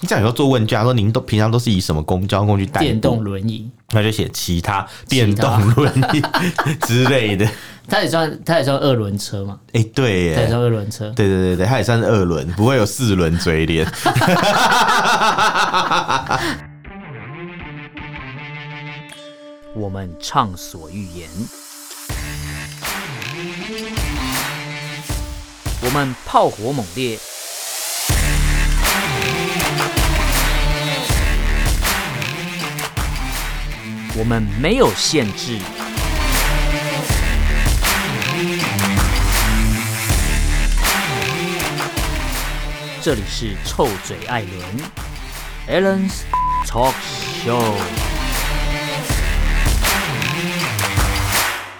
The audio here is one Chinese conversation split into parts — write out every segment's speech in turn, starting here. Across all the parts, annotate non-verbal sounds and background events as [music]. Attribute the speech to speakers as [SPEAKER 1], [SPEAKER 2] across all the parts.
[SPEAKER 1] 你假如做问卷，他说您都平常都是以什么公交通工具代步
[SPEAKER 2] 电动轮椅，
[SPEAKER 1] 那就写其他电动轮椅之类
[SPEAKER 2] [laughs]
[SPEAKER 1] 的。
[SPEAKER 2] 它也算它也算二轮车嘛，
[SPEAKER 1] 哎、对
[SPEAKER 2] 它也
[SPEAKER 1] 耶，
[SPEAKER 2] 算二轮车。
[SPEAKER 1] 对对对对，它也算是二轮，不会有四轮嘴
[SPEAKER 2] [laughs]
[SPEAKER 1] 脸。
[SPEAKER 2] 我们畅所欲言，我们炮火猛烈，我们没有限制。这里是臭嘴艾伦 a l l e n s Talk Show。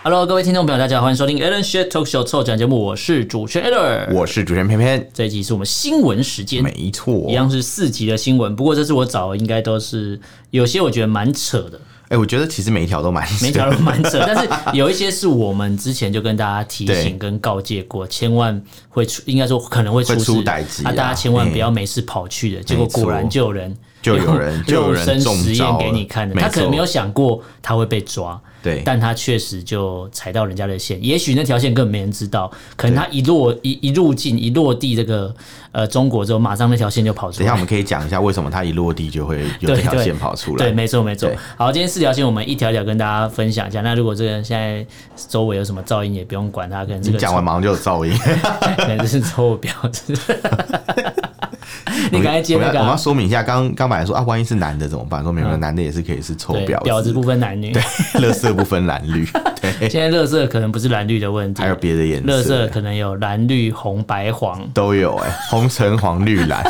[SPEAKER 2] Hello，各位听众朋友，大家好，欢迎收听 Alan s h a t Talk Show 臭讲节目，我是主持人 Alan。
[SPEAKER 1] 我是主持人偏偏，
[SPEAKER 2] 这一集是我们新闻时间，
[SPEAKER 1] 没错
[SPEAKER 2] 一。样是四集的新闻，不过这次我找的应该都是有些我觉得蛮扯的，
[SPEAKER 1] 哎、我觉得其实每一条都蛮
[SPEAKER 2] 每一条都蛮扯，但是有一些是我们之前就跟大家提
[SPEAKER 1] 对
[SPEAKER 2] 醒跟告诫过，千万会出，应该说可能会出
[SPEAKER 1] 会
[SPEAKER 2] 事
[SPEAKER 1] 出歹计啊
[SPEAKER 2] 大家千万不要没事跑去的，结果果然就有人
[SPEAKER 1] 就有人就有
[SPEAKER 2] 肉
[SPEAKER 1] 人
[SPEAKER 2] 身
[SPEAKER 1] 中
[SPEAKER 2] 实
[SPEAKER 1] 招
[SPEAKER 2] 验给
[SPEAKER 1] 了
[SPEAKER 2] 你看的，
[SPEAKER 1] 没
[SPEAKER 2] 他可能
[SPEAKER 1] 错
[SPEAKER 2] 没有想过他会被抓，
[SPEAKER 1] 对
[SPEAKER 2] 但他确实就踩到人家的线，也许那条线根本没人知道，可能他一落一一入境一落地这个呃中国之后，马上那条线就跑出
[SPEAKER 1] 等一下，
[SPEAKER 2] 来
[SPEAKER 1] 我。们可以讲一下为什么它一落地就会有这
[SPEAKER 2] 对
[SPEAKER 1] 条
[SPEAKER 2] 对
[SPEAKER 1] 线跑出来。
[SPEAKER 2] 对，没错没错
[SPEAKER 1] 对。
[SPEAKER 2] 好，今天四条线我们一条一条跟大家分享一下。那如果这个现在周围有什么噪音，也不用管它，可能这
[SPEAKER 1] 你
[SPEAKER 2] 个
[SPEAKER 1] 讲完马上就有噪音。
[SPEAKER 2] 可能这是臭婊子。 [laughs]
[SPEAKER 1] [laughs]
[SPEAKER 2] 你刚才接
[SPEAKER 1] 我
[SPEAKER 2] 那
[SPEAKER 1] 们
[SPEAKER 2] 个
[SPEAKER 1] 要我们要
[SPEAKER 2] 啊、
[SPEAKER 1] 说明一下，刚刚本来说啊，万一是男的怎么办？说没有，男的也是可以是臭
[SPEAKER 2] 对
[SPEAKER 1] 婊
[SPEAKER 2] 嗯婊子不分男女。
[SPEAKER 1] 乐色不分蓝绿，对，
[SPEAKER 2] [laughs] 现在乐色可能不是蓝绿的问题，
[SPEAKER 1] 还有别的颜
[SPEAKER 2] 乐色
[SPEAKER 1] 色
[SPEAKER 2] 可能有蓝绿红白黄。
[SPEAKER 1] 都有哎、红橙黄绿
[SPEAKER 2] [laughs]
[SPEAKER 1] 蓝，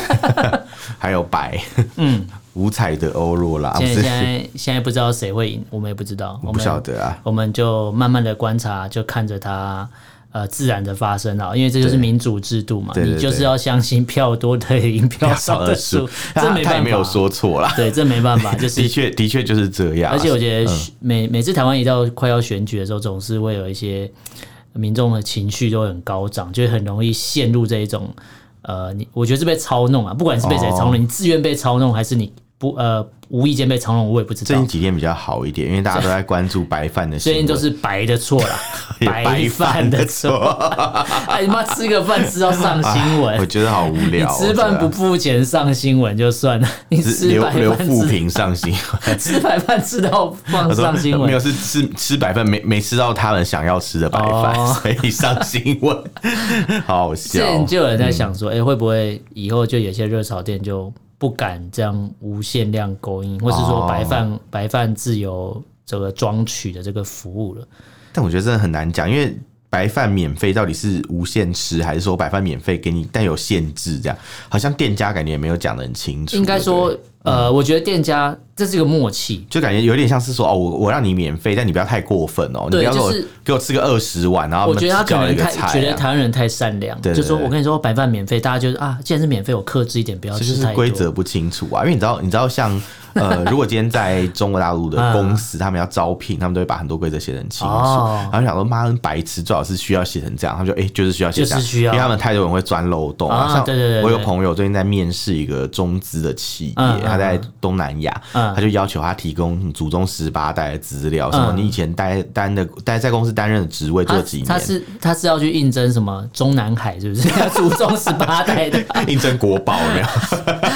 [SPEAKER 1] 还有白，嗯，五彩的欧若拉，啊不
[SPEAKER 2] 现在
[SPEAKER 1] 是
[SPEAKER 2] 现，在现在不知道谁会赢，我们也不知道，我
[SPEAKER 1] 我
[SPEAKER 2] 们
[SPEAKER 1] [laughs] 不晓得啊，
[SPEAKER 2] 我们就慢慢的观察，就看着它呃自然的发生啊，因为这就是民主制度嘛，
[SPEAKER 1] 对对对
[SPEAKER 2] 你就是要相信票多的赢，票少的输， [laughs] 这
[SPEAKER 1] 他
[SPEAKER 2] 没
[SPEAKER 1] 他也
[SPEAKER 2] 办
[SPEAKER 1] 没有
[SPEAKER 2] 法，
[SPEAKER 1] 说啊错啦，
[SPEAKER 2] 对，这没办
[SPEAKER 1] [laughs]
[SPEAKER 2] 法，就
[SPEAKER 1] 的
[SPEAKER 2] 是。
[SPEAKER 1] 确的确就是这样啊，
[SPEAKER 2] 而且我觉得每、每次台湾一到快要选举的时候，总是会有一些民众的情绪都很高涨，就会很容易陷入这一种呃，你我觉得是被操弄啊，不管是被谁操弄，
[SPEAKER 1] 哦
[SPEAKER 2] 你自愿被操弄还是你不呃无意间被操弄，我也不知
[SPEAKER 1] 最
[SPEAKER 2] 道
[SPEAKER 1] 近。几天比较好一点，因为大家都在关注白饭的新
[SPEAKER 2] 最
[SPEAKER 1] 闻，
[SPEAKER 2] 近
[SPEAKER 1] [laughs]
[SPEAKER 2] 都是白的错啦，白饭的错。 [laughs] 哎，你妈吃个饭吃到上新
[SPEAKER 1] [laughs] 我
[SPEAKER 2] 闻，
[SPEAKER 1] 觉得好无
[SPEAKER 2] 你
[SPEAKER 1] 聊哦，
[SPEAKER 2] 吃饭不
[SPEAKER 1] 真的
[SPEAKER 2] 付钱上新闻就算了，你
[SPEAKER 1] 只
[SPEAKER 2] 吃
[SPEAKER 1] 留
[SPEAKER 2] 白
[SPEAKER 1] 留
[SPEAKER 2] 饭
[SPEAKER 1] 负
[SPEAKER 2] 吃
[SPEAKER 1] 评上新闻。
[SPEAKER 2] [laughs] 吃白饭吃到放
[SPEAKER 1] 他说
[SPEAKER 2] 上新
[SPEAKER 1] 没有
[SPEAKER 2] 闻，
[SPEAKER 1] 是吃吃白饭没没吃到他们想要吃的白饭，
[SPEAKER 2] 哦
[SPEAKER 1] 所以上新闻， [laughs] 好好
[SPEAKER 2] 之
[SPEAKER 1] 笑。
[SPEAKER 2] 前就有
[SPEAKER 1] 嗯
[SPEAKER 2] 人在想说，哎，会不会以后就有些热炒店就不敢这样无限量供应，或是说
[SPEAKER 1] 哦
[SPEAKER 2] 白饭白饭自由这个装取的这个服务了？
[SPEAKER 1] 但我觉得真的很难讲，因为白饭免费到底是无限吃，还是说白饭免费给你，但有限制这样？好像店家感觉也没有讲的很清楚。
[SPEAKER 2] 应该
[SPEAKER 1] 对嗯
[SPEAKER 2] 说，呃，我觉得店家这是一个默契，
[SPEAKER 1] 就感觉有点像是说哦，我我让你免费，但你不要太过分哦，你
[SPEAKER 2] 对
[SPEAKER 1] 不要给我、
[SPEAKER 2] 就是
[SPEAKER 1] 给我吃个二十碗，然后
[SPEAKER 2] 我觉得他
[SPEAKER 1] 只
[SPEAKER 2] 可
[SPEAKER 1] 叫了
[SPEAKER 2] 能
[SPEAKER 1] 一个
[SPEAKER 2] 太
[SPEAKER 1] 菜、啊，
[SPEAKER 2] 觉得台湾人太善良，
[SPEAKER 1] 对对
[SPEAKER 2] 就说
[SPEAKER 1] 对
[SPEAKER 2] 我跟你说白饭免费，大家就是啊，既然是免费，我克制一点，不要
[SPEAKER 1] 这就
[SPEAKER 2] 啊吃
[SPEAKER 1] 是
[SPEAKER 2] 太多。
[SPEAKER 1] 啊规则不清楚啊，因为你知道，你知道像
[SPEAKER 2] [laughs]
[SPEAKER 1] 呃，如果今天在中国大陆的公司，他们要招聘，他们都会把很多规则写得很清楚，
[SPEAKER 2] 哦
[SPEAKER 1] 然后想说妈跟白痴，最好是需要写成这样，他们就哎、就是需要写这样，
[SPEAKER 2] 就是需要
[SPEAKER 1] 因为他们太多人会钻漏洞
[SPEAKER 2] 啊
[SPEAKER 1] 像
[SPEAKER 2] 对对对对
[SPEAKER 1] 我有朋友最近在面试一个中资的企业，
[SPEAKER 2] 嗯嗯
[SPEAKER 1] 他在东南亚，
[SPEAKER 2] 嗯
[SPEAKER 1] 他就要求他提供祖宗十八代的资料，什么
[SPEAKER 2] 嗯
[SPEAKER 1] 你以前待担的待在公司担任的职位做
[SPEAKER 2] 他
[SPEAKER 1] 几
[SPEAKER 2] 他
[SPEAKER 1] 年，
[SPEAKER 2] 是他是要去应征什么中南海是不是？要祖宗十八代的，
[SPEAKER 1] [laughs] 应征国宝有没 [laughs] 有？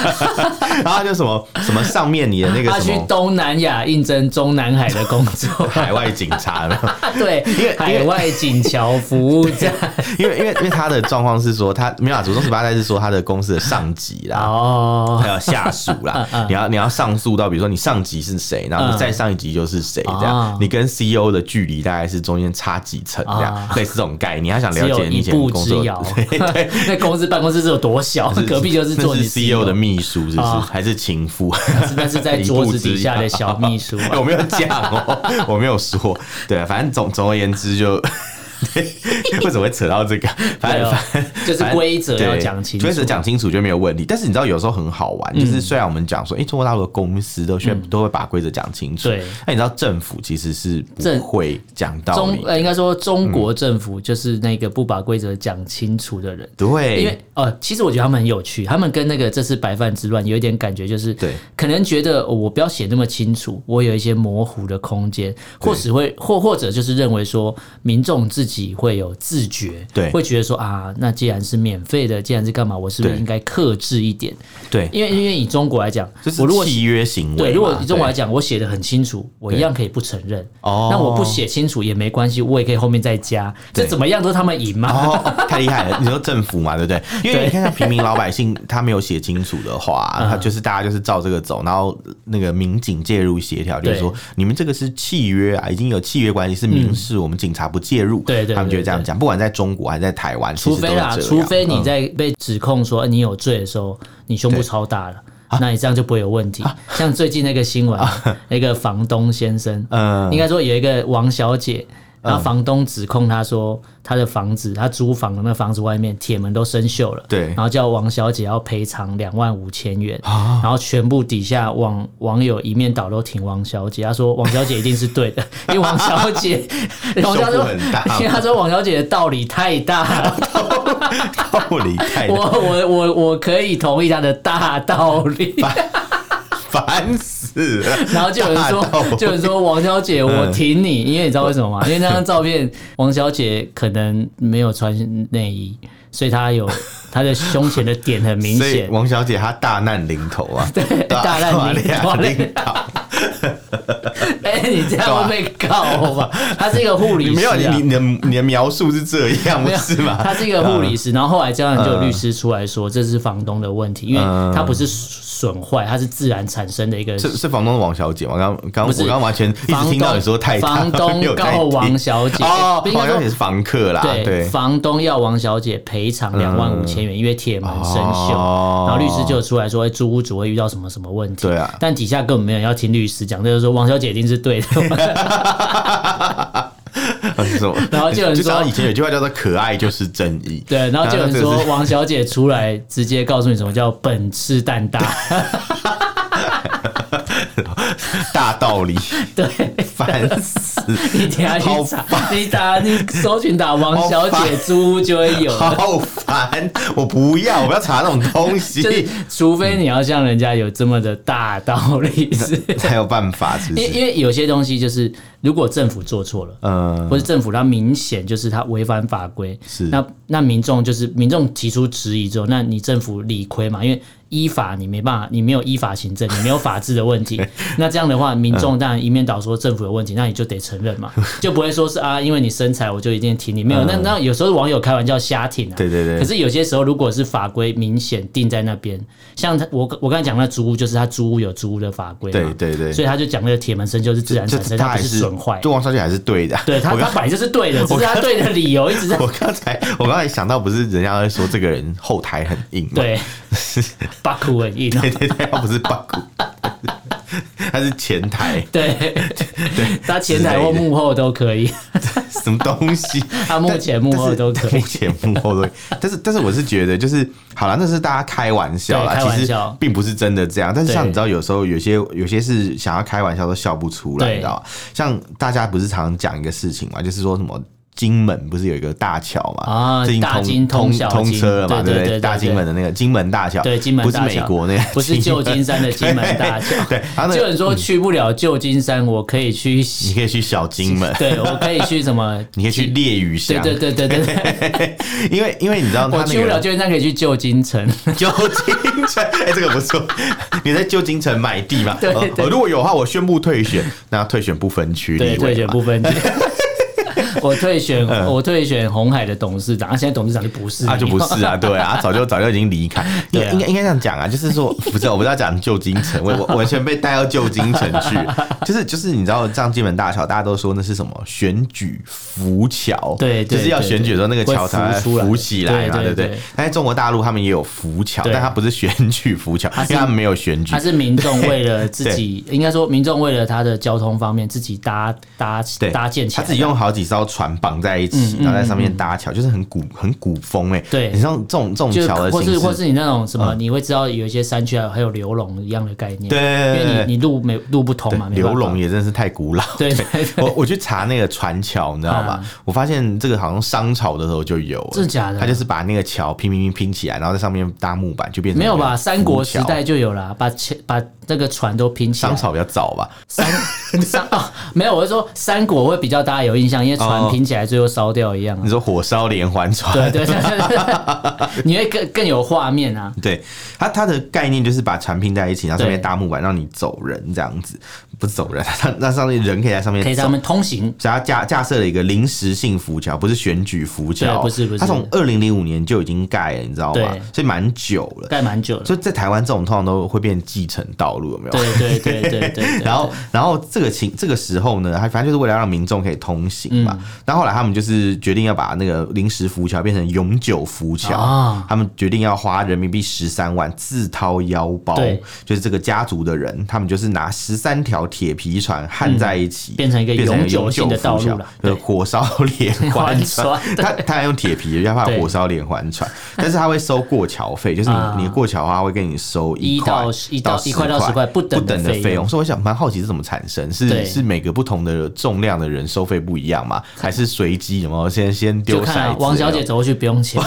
[SPEAKER 1] 然后他就什么什么上面你的那个
[SPEAKER 2] [laughs] 他
[SPEAKER 1] 什
[SPEAKER 2] 去
[SPEAKER 1] 么。，
[SPEAKER 2] 东南亚应征中南海的工作
[SPEAKER 1] [laughs] 海外警察了，
[SPEAKER 2] 对
[SPEAKER 1] 为，
[SPEAKER 2] 海外锦桥服务站。
[SPEAKER 1] [laughs] 因为因为因为他的状况是说他没有啊，祖宗十八代是说他的公司的上级啦。
[SPEAKER 2] [laughs] 哦
[SPEAKER 1] 还有下属
[SPEAKER 2] [laughs]
[SPEAKER 1] 啦，你要你要上诉到，比如说你上级是谁，然后
[SPEAKER 2] 嗯
[SPEAKER 1] 你再上一级就是谁，这
[SPEAKER 2] 哦
[SPEAKER 1] 样你跟 CEO 的距离大概是中间差几层，这样
[SPEAKER 2] 哦
[SPEAKER 1] 类似这种概念。他想
[SPEAKER 2] 只
[SPEAKER 1] 了
[SPEAKER 2] 有
[SPEAKER 1] 解你
[SPEAKER 2] 一
[SPEAKER 1] 以前
[SPEAKER 2] 步
[SPEAKER 1] 工
[SPEAKER 2] 之
[SPEAKER 1] 作， [laughs]
[SPEAKER 2] 遥， [laughs] 那公司办公室是有多小？隔壁就是做
[SPEAKER 1] 那
[SPEAKER 2] 你 E
[SPEAKER 1] 是 CEO 的，秘书，是不是
[SPEAKER 2] 哦
[SPEAKER 1] 还是情妇？ [laughs]
[SPEAKER 2] 那是在桌子底下的小秘书啊。
[SPEAKER 1] [laughs] 啊我没有讲哦，我没有说。对，反正总总而言之就， [laughs] 为什么会扯到这个？反
[SPEAKER 2] 对
[SPEAKER 1] 正
[SPEAKER 2] 哦
[SPEAKER 1] 反正
[SPEAKER 2] 就是规则要讲清楚，嗯
[SPEAKER 1] 规则讲清楚就没有问题。但是你知道，有时候很好玩，就是虽然我们讲说，哎、中国大陆的公司都需要、都会把规则讲清楚，
[SPEAKER 2] 对
[SPEAKER 1] 那你知道政府其实是不
[SPEAKER 2] 政
[SPEAKER 1] 会讲道
[SPEAKER 2] 中
[SPEAKER 1] 理，
[SPEAKER 2] 呃，应该说中
[SPEAKER 1] 嗯
[SPEAKER 2] 国政府就是那个不把规则讲清楚的人。
[SPEAKER 1] 对，
[SPEAKER 2] 因为呃，其实我觉得他们很有趣，他们跟那个这次白饭之乱有一点感觉，就是
[SPEAKER 1] 对
[SPEAKER 2] 可能觉得、哦我不要写那么清楚，我有一些模糊的空间，或许会或或者就是认为说民众自己会有自觉，
[SPEAKER 1] 对
[SPEAKER 2] 会觉得说啊，那既然是免费的，既然是干嘛，我是不是
[SPEAKER 1] 对
[SPEAKER 2] 应该克制一点？
[SPEAKER 1] 对，
[SPEAKER 2] 因为因为以中国来讲，
[SPEAKER 1] 就是
[SPEAKER 2] 我如果
[SPEAKER 1] 契约行为嘛，
[SPEAKER 2] 对，如果以中国来
[SPEAKER 1] 对
[SPEAKER 2] 讲，我写的很清楚，我一样可以不承认。
[SPEAKER 1] 哦
[SPEAKER 2] 那我不写清楚也没关系，我也可以后面再加。
[SPEAKER 1] 对
[SPEAKER 2] 这怎么样都他们赢嘛。
[SPEAKER 1] 哦，太厉害了！你说政府嘛，对不对？因为你看看平民老百姓，他没有写清楚的话，他就是大家就是照这个走，然后那个民警介入协调，就是说你们这个是契约啊，已经有契约关系是民事，我们警察不介入，
[SPEAKER 2] 对对对
[SPEAKER 1] 他们就会这样讲，不管在中国还是在台湾，其
[SPEAKER 2] 除
[SPEAKER 1] 实都
[SPEAKER 2] 非
[SPEAKER 1] 是
[SPEAKER 2] 啦，
[SPEAKER 1] 这
[SPEAKER 2] 除
[SPEAKER 1] 样嗯
[SPEAKER 2] 非你在被指控说哎你有罪的时候，你胸部
[SPEAKER 1] 对啊
[SPEAKER 2] 超大了。那你这样就不会有问题。像最近那个新闻，那个房东先生，
[SPEAKER 1] 嗯
[SPEAKER 2] 应该说有一个王小姐，然后房东指控她说，她的房子，她租房的那房子外面铁门都生锈了，
[SPEAKER 1] 对
[SPEAKER 2] 然后叫王小姐要赔偿两万五千元，
[SPEAKER 1] 啊
[SPEAKER 2] 然后全部底下网网友一面倒都挺王小姐，她说王小姐一定是
[SPEAKER 1] [laughs]
[SPEAKER 2] 对的，因为王小姐，王小
[SPEAKER 1] 胸
[SPEAKER 2] 姐
[SPEAKER 1] 部很大
[SPEAKER 2] 因为她说王小姐的道理太大了。
[SPEAKER 1] 道哦理太
[SPEAKER 2] [laughs] 我我我我可以同意他的大道
[SPEAKER 1] [laughs]
[SPEAKER 2] 理，
[SPEAKER 1] 烦死了。
[SPEAKER 2] 然后就有人
[SPEAKER 1] 大道理嗯
[SPEAKER 2] 说，就有人说王小姐，我挺你，因为你知道为
[SPEAKER 1] [laughs]
[SPEAKER 2] 什么吗？因为那张照片，王小姐可能没有穿内衣，所以她有她的胸前的点很明
[SPEAKER 1] [laughs] 所以
[SPEAKER 2] [laughs] 显，
[SPEAKER 1] 王小姐她大难临头啊，对吧，
[SPEAKER 2] 大难
[SPEAKER 1] [laughs]
[SPEAKER 2] 临头
[SPEAKER 1] 哇领导，
[SPEAKER 2] [laughs] 哎、你这样会被告吧？她是一个护理师、
[SPEAKER 1] 没
[SPEAKER 2] 啊，
[SPEAKER 1] 有你你你的你的描述是这样，不
[SPEAKER 2] 没有
[SPEAKER 1] 是嗯吗？
[SPEAKER 2] 他是一个护理师，然后后来这样就有律师出来说这是房东的问题，因为他不是损坏，他是自然产生的一个
[SPEAKER 1] 嗯是是房东的王小姐吗？刚刚刚
[SPEAKER 2] 不
[SPEAKER 1] 我
[SPEAKER 2] 是
[SPEAKER 1] 刚刚完全一
[SPEAKER 2] 房
[SPEAKER 1] 直
[SPEAKER 2] 东
[SPEAKER 1] 听到你说太大，[laughs]
[SPEAKER 2] 房
[SPEAKER 1] 没
[SPEAKER 2] 东
[SPEAKER 1] 有在
[SPEAKER 2] 告
[SPEAKER 1] 听
[SPEAKER 2] 王小姐
[SPEAKER 1] 哦，
[SPEAKER 2] 不应该
[SPEAKER 1] 王
[SPEAKER 2] 说
[SPEAKER 1] 小姐是房客啦，
[SPEAKER 2] 对，
[SPEAKER 1] 对，嗯
[SPEAKER 2] 房东要王小姐赔偿两万五千元，因为铁门生锈。
[SPEAKER 1] 哦
[SPEAKER 2] 然后律师就有出来说，哎租屋主会遇到什么什么问题？
[SPEAKER 1] 对啊
[SPEAKER 2] 但底下根本没有人要听律师讲，就是说王小姐一定是
[SPEAKER 1] [laughs]
[SPEAKER 2] 对的。
[SPEAKER 1] 是 [laughs] 什么？
[SPEAKER 2] 然后就有人
[SPEAKER 1] 就知
[SPEAKER 2] 说
[SPEAKER 1] 道以前有句话叫做“可爱就是正义”，
[SPEAKER 2] 对，然后就有人
[SPEAKER 1] 这个
[SPEAKER 2] 说
[SPEAKER 1] 是
[SPEAKER 2] 王小姐出来直接告诉你什么叫本事蛋大。
[SPEAKER 1] [laughs] 大道
[SPEAKER 2] [laughs]
[SPEAKER 1] 理，
[SPEAKER 2] 对，
[SPEAKER 1] 烦死，
[SPEAKER 2] 你等一下去
[SPEAKER 1] 好
[SPEAKER 2] 查，你打你搜寻打王小
[SPEAKER 1] 好
[SPEAKER 2] 姐
[SPEAKER 1] 烦
[SPEAKER 2] 租屋就会有了。
[SPEAKER 1] 好烦，我不要，我不要查那种东
[SPEAKER 2] [laughs] 就是
[SPEAKER 1] 西，，
[SPEAKER 2] 除非你要像人家有这么的大道理，是
[SPEAKER 1] 才有办法，是不
[SPEAKER 2] 因为
[SPEAKER 1] 是？
[SPEAKER 2] 因为有些东西就是，如果政府做错了，
[SPEAKER 1] 嗯，
[SPEAKER 2] 或是政府它明显就是它违反法规，
[SPEAKER 1] 是
[SPEAKER 2] 那那民众就是民众提出质疑之后，那你政府理亏嘛？因为依法你没办法，你没有依法行政，你没有法治的问
[SPEAKER 1] [laughs]
[SPEAKER 2] 题。那这样的话，民众当然一面倒说政府有问题，那你就得承认
[SPEAKER 1] [laughs]
[SPEAKER 2] 嘛，就不会说是啊，因为你身材我就一定挺你没有。那那有时候网友开玩笑瞎挺啊，
[SPEAKER 1] 嗯对对对
[SPEAKER 2] 可是有些时候如果是法规明显定在那边，像他我我刚才讲那租屋就是他租屋有租屋的法规嘛，
[SPEAKER 1] 对对对
[SPEAKER 2] 所以他就讲那个铁门生锈是自然
[SPEAKER 1] 就
[SPEAKER 2] 产生，
[SPEAKER 1] 他
[SPEAKER 2] 它
[SPEAKER 1] 还
[SPEAKER 2] 不是
[SPEAKER 1] 是
[SPEAKER 2] 损坏。
[SPEAKER 1] 对王小姐还是对的，
[SPEAKER 2] 对他，
[SPEAKER 1] 我
[SPEAKER 2] 他
[SPEAKER 1] 刚
[SPEAKER 2] 本来就是对的，只是他对的理由一直在
[SPEAKER 1] 我刚才我刚才想到，不是人家在说这个人后台很硬吗？
[SPEAKER 2] 对巴库文硬哦。
[SPEAKER 1] 对对对，他不是八股，他是前
[SPEAKER 2] [laughs]
[SPEAKER 1] 台，
[SPEAKER 2] 对对，他前台或幕后都可以，
[SPEAKER 1] 什么东西？
[SPEAKER 2] 他幕前幕后都可
[SPEAKER 1] 但
[SPEAKER 2] 以
[SPEAKER 1] 是。但是幕前幕后都可以。但是但是我是觉得，就是好了，那是大家开玩笑啦，
[SPEAKER 2] 对开
[SPEAKER 1] 其
[SPEAKER 2] 玩
[SPEAKER 1] 实
[SPEAKER 2] 笑
[SPEAKER 1] 并不是真的这样。但是像
[SPEAKER 2] 对
[SPEAKER 1] 你知道，有时候有些有些是想要开玩笑都笑不出来，
[SPEAKER 2] 对
[SPEAKER 1] 你知道吗？像大家不是常讲一个事情嘛，就是说什么。金门不是有一个大桥嘛？
[SPEAKER 2] 啊
[SPEAKER 1] 最近
[SPEAKER 2] 大金
[SPEAKER 1] 通
[SPEAKER 2] 通
[SPEAKER 1] 通
[SPEAKER 2] 小
[SPEAKER 1] 通
[SPEAKER 2] 金
[SPEAKER 1] 车了嘛，
[SPEAKER 2] 对对
[SPEAKER 1] 不
[SPEAKER 2] 对对
[SPEAKER 1] 大金
[SPEAKER 2] 对
[SPEAKER 1] 门的那个金门大桥，
[SPEAKER 2] 对金门
[SPEAKER 1] 不是
[SPEAKER 2] 大
[SPEAKER 1] 美
[SPEAKER 2] 桥
[SPEAKER 1] 国那个，
[SPEAKER 2] 不是旧金山的金门大桥
[SPEAKER 1] 对，然后那
[SPEAKER 2] 就有
[SPEAKER 1] 个
[SPEAKER 2] 人说去不了旧金山，我可以去，
[SPEAKER 1] 你可以去小金门，
[SPEAKER 2] 对我可以去
[SPEAKER 1] [laughs]
[SPEAKER 2] 什么？
[SPEAKER 1] 你可以去猎鱼
[SPEAKER 2] 对
[SPEAKER 1] 乡，
[SPEAKER 2] 对对对对对，
[SPEAKER 1] [laughs] 因为因为你知道他那
[SPEAKER 2] 我去不了
[SPEAKER 1] [laughs] 个
[SPEAKER 2] 旧金山，可以去旧金城。
[SPEAKER 1] 旧金城，哎、这个不错，
[SPEAKER 2] [laughs]
[SPEAKER 1] 你在旧金城买地嘛？
[SPEAKER 2] 对
[SPEAKER 1] 呃
[SPEAKER 2] 对
[SPEAKER 1] 呃如果有的话，我宣布退选，那退选不分区立
[SPEAKER 2] 对，
[SPEAKER 1] 委
[SPEAKER 2] 退选
[SPEAKER 1] 嘛
[SPEAKER 2] 不分
[SPEAKER 1] [laughs]
[SPEAKER 2] 区。 [laughs] 我退选，我退选红海的董事长，啊，现在董事长就不是
[SPEAKER 1] 嗯啊，
[SPEAKER 2] 你
[SPEAKER 1] 就不是啊，对啊，早就早就已经离开，应
[SPEAKER 2] 对
[SPEAKER 1] 该
[SPEAKER 2] 啊
[SPEAKER 1] 应该应该这样讲啊，就是说，不是，我不是要讲旧金城，我我我完全被带到旧金城
[SPEAKER 2] [laughs]
[SPEAKER 1] 去，就是就是你知道，像金门大桥，大家都说那是什么选举浮桥，
[SPEAKER 2] 对对
[SPEAKER 1] 就是要选举的时候那个桥才
[SPEAKER 2] 会浮出来
[SPEAKER 1] 浮起来嘛，
[SPEAKER 2] 对对
[SPEAKER 1] 对不对
[SPEAKER 2] 对？
[SPEAKER 1] 但在中国大陆他们也有浮桥，
[SPEAKER 2] 对
[SPEAKER 1] 但它不是选举浮桥，因
[SPEAKER 2] 是
[SPEAKER 1] 为他们没有选举
[SPEAKER 2] 他，是民众为了自己，应该说民众为了他的交通方面自己搭搭
[SPEAKER 1] 对，
[SPEAKER 2] 搭建起
[SPEAKER 1] 他
[SPEAKER 2] 来的，嗯
[SPEAKER 1] 自己用好几艘船绑在一起，然后在上面搭桥，就是很古很古风哎。
[SPEAKER 2] 对
[SPEAKER 1] 你像这种这种
[SPEAKER 2] 就
[SPEAKER 1] 桥的
[SPEAKER 2] 或
[SPEAKER 1] 形
[SPEAKER 2] 是
[SPEAKER 1] 式，嗯
[SPEAKER 2] 或是你那种什么，你会知道有一些山区还啊有还有流龙一样的概念，
[SPEAKER 1] 对对对
[SPEAKER 2] 因为
[SPEAKER 1] 对
[SPEAKER 2] 你你路没路不通哦嘛，没办
[SPEAKER 1] 刘
[SPEAKER 2] 法
[SPEAKER 1] 龙也真是太
[SPEAKER 2] [laughs]
[SPEAKER 1] 古老。
[SPEAKER 2] 对对对
[SPEAKER 1] 我我去查那个船桥，你知道
[SPEAKER 2] [laughs]
[SPEAKER 1] 吗？我发现这个好像商朝的时候就有了，
[SPEAKER 2] 嗯真的假的
[SPEAKER 1] 他就是把那个桥拼拼拼拼起来，然后在上面搭木板，就变成
[SPEAKER 2] 没有
[SPEAKER 1] 一
[SPEAKER 2] 吧？
[SPEAKER 1] 个
[SPEAKER 2] 三国
[SPEAKER 1] 浮
[SPEAKER 2] 时
[SPEAKER 1] 桥。
[SPEAKER 2] 代就有啦，把切把那个船都拼起来
[SPEAKER 1] 商。朝比较早吧，
[SPEAKER 2] 三三哦，没有，我是说三国会比较大家有印象，因为船
[SPEAKER 1] 哦
[SPEAKER 2] 拼起来最后烧掉一样啊
[SPEAKER 1] 你。说火烧连环船，
[SPEAKER 2] 对对对对 [laughs] 对，你会更更有画面啊。
[SPEAKER 1] 对，它它的概念就是把船拼在一起，然后上面
[SPEAKER 2] 对
[SPEAKER 1] 搭木板让你走人这样子，不是走人， [laughs] 它那上面人可以在上面
[SPEAKER 2] 可以
[SPEAKER 1] 走
[SPEAKER 2] 让他。们通行。
[SPEAKER 1] 所以它架架设了一个临时性浮桥，不是选举浮桥，
[SPEAKER 2] 对不是不是
[SPEAKER 1] 它从二零零五年就已经盖了，你知道吗
[SPEAKER 2] 对？
[SPEAKER 1] 所以蛮久了。
[SPEAKER 2] 盖蛮久了。
[SPEAKER 1] 所以在台湾这种通常都会变继承道路，有没有？
[SPEAKER 2] 对对对对对对。
[SPEAKER 1] 然后，然后这个情这个时候呢，还反正就是为了让民众可以通行
[SPEAKER 2] 嗯
[SPEAKER 1] 嘛。然后后来他们就是决定要把那个临时浮桥变成永久浮桥，
[SPEAKER 2] 啊
[SPEAKER 1] 他们决定要花人民币十三万自掏腰包
[SPEAKER 2] 对，
[SPEAKER 1] 就是这个家族的人，他们就是拿十三条铁皮船焊在一起，
[SPEAKER 2] 嗯变成一个永久
[SPEAKER 1] 永
[SPEAKER 2] 性的
[SPEAKER 1] 浮
[SPEAKER 2] 道路
[SPEAKER 1] 桥
[SPEAKER 2] 啦
[SPEAKER 1] 就是
[SPEAKER 2] 对
[SPEAKER 1] 火烧连环
[SPEAKER 2] [laughs] 环
[SPEAKER 1] 船
[SPEAKER 2] 船。
[SPEAKER 1] 他他还用铁皮，因为他怕
[SPEAKER 2] 对
[SPEAKER 1] 火烧连环船，但是他会收过桥费，就是你
[SPEAKER 2] 啊
[SPEAKER 1] 你过桥的话会给你收
[SPEAKER 2] 一
[SPEAKER 1] 块
[SPEAKER 2] 到一到
[SPEAKER 1] 10
[SPEAKER 2] 一块到10块不等的
[SPEAKER 1] 等的
[SPEAKER 2] 费
[SPEAKER 1] 费
[SPEAKER 2] 用
[SPEAKER 1] 所以我想蛮好奇是怎么产生，是
[SPEAKER 2] 对
[SPEAKER 1] 是每个不同的重量的人收费不一样吗？还是随机？有没有先先
[SPEAKER 2] 就
[SPEAKER 1] [laughs] 丢
[SPEAKER 2] 看
[SPEAKER 1] 骰
[SPEAKER 2] 啊
[SPEAKER 1] 子？哦
[SPEAKER 2] 王小姐，走过去不用钱，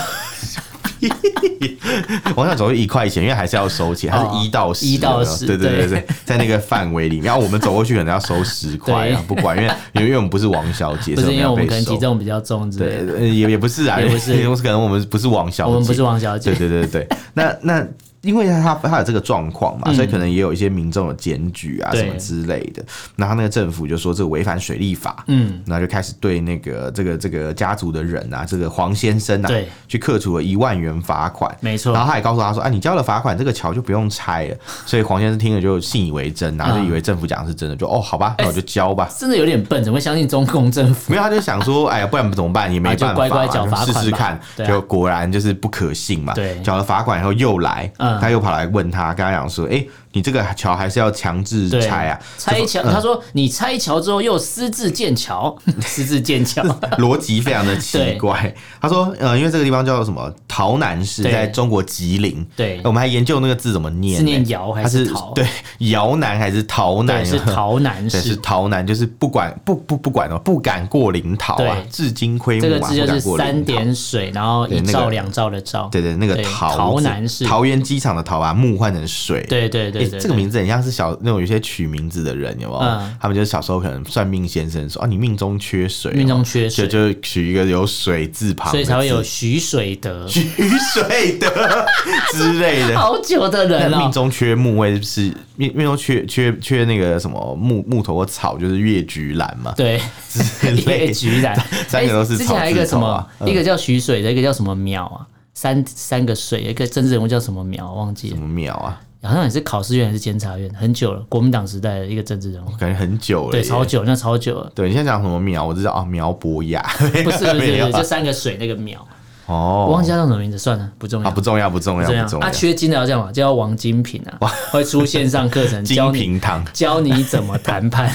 [SPEAKER 1] 王小姐走一块钱，因为还是要收钱，它
[SPEAKER 2] 哦
[SPEAKER 1] 是一到十，
[SPEAKER 2] 一
[SPEAKER 1] 有
[SPEAKER 2] 到
[SPEAKER 1] 没有
[SPEAKER 2] 十
[SPEAKER 1] 对对对
[SPEAKER 2] 对
[SPEAKER 1] 对，在那个范围里面，然后我们走过去可能要收
[SPEAKER 2] [laughs]
[SPEAKER 1] 十块啊，不管，因为因为我们不是王小姐，
[SPEAKER 2] 不
[SPEAKER 1] 所
[SPEAKER 2] 是
[SPEAKER 1] 以
[SPEAKER 2] 因为
[SPEAKER 1] 要
[SPEAKER 2] 我们
[SPEAKER 1] 被
[SPEAKER 2] 可能
[SPEAKER 1] 收
[SPEAKER 2] 体重比较重之类
[SPEAKER 1] 对，
[SPEAKER 2] 的。
[SPEAKER 1] 呃也也不是啊，
[SPEAKER 2] 也不是
[SPEAKER 1] [laughs] 因为可能我们不是王小姐，
[SPEAKER 2] 我们不是王小姐 [laughs]
[SPEAKER 1] 对对对对，那那。因为他他有这个状况嘛，所以可能也有一些民众的检举啊
[SPEAKER 2] 嗯对
[SPEAKER 1] 什么之类的。那他那个政府就说这违反水利法，
[SPEAKER 2] 嗯，
[SPEAKER 1] 那就开始对那个这个这个家族的人啊，这个黄先生啊
[SPEAKER 2] 对，
[SPEAKER 1] 去克处了一万元罚款。
[SPEAKER 2] 没错
[SPEAKER 1] 然后他也告诉他说：“啊，你交了罚款，这个桥就不用拆了。”所以黄先生听了就信以为真，然后就
[SPEAKER 2] 嗯
[SPEAKER 1] 以为政府讲的是真的，就哦好吧，那我就交吧。
[SPEAKER 2] 真的有点笨，怎么会相信中共政府？
[SPEAKER 1] 没有，他就想说，哎呀，不然怎么办？也没办法嘛，
[SPEAKER 2] 啊就乖乖缴罚款
[SPEAKER 1] 就
[SPEAKER 2] 吧
[SPEAKER 1] 试试看。
[SPEAKER 2] 对啊
[SPEAKER 1] 就果然就是不可信嘛。
[SPEAKER 2] 对
[SPEAKER 1] 缴了罚款以后又来，
[SPEAKER 2] 嗯
[SPEAKER 1] 他又跑来问他，跟他讲说，哎、你这个桥还是要强制
[SPEAKER 2] 对，
[SPEAKER 1] 拆啊？
[SPEAKER 2] 拆桥。他说你拆桥之后又私自建桥， [laughs] 私自建桥。
[SPEAKER 1] 逻辑非常的奇
[SPEAKER 2] [laughs]
[SPEAKER 1] 怪。他说，呃，因为这个地方叫什么？桃南市，
[SPEAKER 2] 对
[SPEAKER 1] 在中国吉林。
[SPEAKER 2] 对
[SPEAKER 1] [laughs] 我们还研究那个字怎么念呢，
[SPEAKER 2] 是念瑶还
[SPEAKER 1] 它
[SPEAKER 2] 是
[SPEAKER 1] 是
[SPEAKER 2] 桃
[SPEAKER 1] 对，瑶南还是桃南？
[SPEAKER 2] 对，是桃南
[SPEAKER 1] 对，是
[SPEAKER 2] 市。
[SPEAKER 1] 桃南，就是不管不不不管哦，不敢过临桃啊
[SPEAKER 2] 对，
[SPEAKER 1] 至今亏
[SPEAKER 2] 这个
[SPEAKER 1] 木啊，
[SPEAKER 2] 字
[SPEAKER 1] 不
[SPEAKER 2] 就
[SPEAKER 1] 敢
[SPEAKER 2] 是
[SPEAKER 1] 过临
[SPEAKER 2] 三
[SPEAKER 1] 桃。
[SPEAKER 2] 点水，然后
[SPEAKER 1] 对
[SPEAKER 2] 一
[SPEAKER 1] 那个
[SPEAKER 2] 兆两兆的兆。
[SPEAKER 1] 对对，那个
[SPEAKER 2] 对
[SPEAKER 1] 桃
[SPEAKER 2] 桃
[SPEAKER 1] 字
[SPEAKER 2] 男士
[SPEAKER 1] 桃园机场的桃把木换成水。
[SPEAKER 2] 对对对
[SPEAKER 1] 诶
[SPEAKER 2] 对，
[SPEAKER 1] 这个
[SPEAKER 2] 对
[SPEAKER 1] 名字很像是小那种有些取名字的人，有没有？
[SPEAKER 2] 嗯
[SPEAKER 1] 他们就是小时候可能算命先生说啊，你命中缺水，
[SPEAKER 2] 命中缺
[SPEAKER 1] 就
[SPEAKER 2] 水，
[SPEAKER 1] 就取一个有水字旁的字，
[SPEAKER 2] 所以才会有徐水德，
[SPEAKER 1] 雨水
[SPEAKER 2] [laughs]
[SPEAKER 1] 的之类的。
[SPEAKER 2] 好久的人哦
[SPEAKER 1] 那 [laughs] 命
[SPEAKER 2] 了。
[SPEAKER 1] 中缺木位是命命中缺缺缺那个什么木木头或草，就是越菊兰嘛
[SPEAKER 2] 对， [laughs]
[SPEAKER 1] 之类
[SPEAKER 2] 叶
[SPEAKER 1] 的。
[SPEAKER 2] 菊兰，
[SPEAKER 1] [laughs] 三个都是
[SPEAKER 2] 哎之前还有一
[SPEAKER 1] 草
[SPEAKER 2] 个
[SPEAKER 1] 字
[SPEAKER 2] 什
[SPEAKER 1] 头
[SPEAKER 2] 么
[SPEAKER 1] 啊，
[SPEAKER 2] 一个叫徐水的，一个叫什么苗啊，三三个水，一个政治人物叫什么苗，忘记
[SPEAKER 1] 什
[SPEAKER 2] 了，
[SPEAKER 1] 么苗啊？
[SPEAKER 2] 好像也是考试院还是监察院，很久了，国民党时代的一个政治人物，
[SPEAKER 1] 感觉很久了耶。
[SPEAKER 2] 对，超久，那超久了，
[SPEAKER 1] 对你现在讲什么苗？我知道啊，苗博雅。
[SPEAKER 2] 不是不是
[SPEAKER 1] [laughs]
[SPEAKER 2] 不
[SPEAKER 1] 没有
[SPEAKER 2] 是，
[SPEAKER 1] 啊
[SPEAKER 2] 就三个水那个苗，
[SPEAKER 1] 哦，
[SPEAKER 2] 我忘记他叫什么名字，算了，不重
[SPEAKER 1] 啊，
[SPEAKER 2] 要
[SPEAKER 1] 不。重要，不重要，
[SPEAKER 2] 这样
[SPEAKER 1] 不重要。
[SPEAKER 2] 啊，缺金的要这样嘛，叫王金平啊，会出线上课程教
[SPEAKER 1] [laughs] 金
[SPEAKER 2] 你
[SPEAKER 1] 平堂，
[SPEAKER 2] 教你怎么谈
[SPEAKER 1] [laughs]
[SPEAKER 2] 判。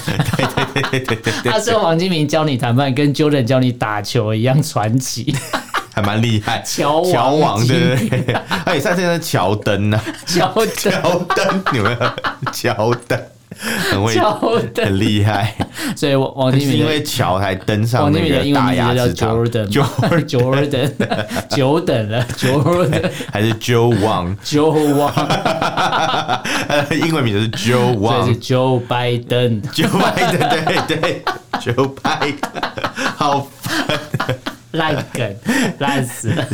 [SPEAKER 2] 他说王金明教你谈判，跟 Jordan 教你打球一样传奇。 [laughs]
[SPEAKER 1] 还蛮厉害。
[SPEAKER 2] 乔王
[SPEAKER 1] 乔王
[SPEAKER 2] 金
[SPEAKER 1] 对对 [laughs] 对，哎，上次那乔登呢？
[SPEAKER 2] 乔的，
[SPEAKER 1] [laughs] 乔登，你们 [laughs] 乔登很会，
[SPEAKER 2] 乔的，
[SPEAKER 1] 很厉
[SPEAKER 2] [laughs]
[SPEAKER 1] 害。
[SPEAKER 2] 所以王王
[SPEAKER 1] 是
[SPEAKER 2] 金明
[SPEAKER 1] 因
[SPEAKER 2] 的哦
[SPEAKER 1] 为乔才登上
[SPEAKER 2] 王金
[SPEAKER 1] 那
[SPEAKER 2] 明的
[SPEAKER 1] 个
[SPEAKER 2] 英文
[SPEAKER 1] 大
[SPEAKER 2] 名
[SPEAKER 1] 雅
[SPEAKER 2] 字
[SPEAKER 1] 之
[SPEAKER 2] 就叫
[SPEAKER 1] 堂
[SPEAKER 2] Jordan，
[SPEAKER 1] 就
[SPEAKER 2] [laughs] Jordan，久等了，Jordan，
[SPEAKER 1] [laughs] 还是 Joe Wang， [laughs]
[SPEAKER 2] 久王，
[SPEAKER 1] 英文名字是
[SPEAKER 2] [laughs]
[SPEAKER 1] Joe
[SPEAKER 2] 这
[SPEAKER 1] Wang
[SPEAKER 2] 是。Joe Biden。
[SPEAKER 1] Joe Biden，对对，Joe Biden，好 [laughs]
[SPEAKER 2] 烂梗，烂死了！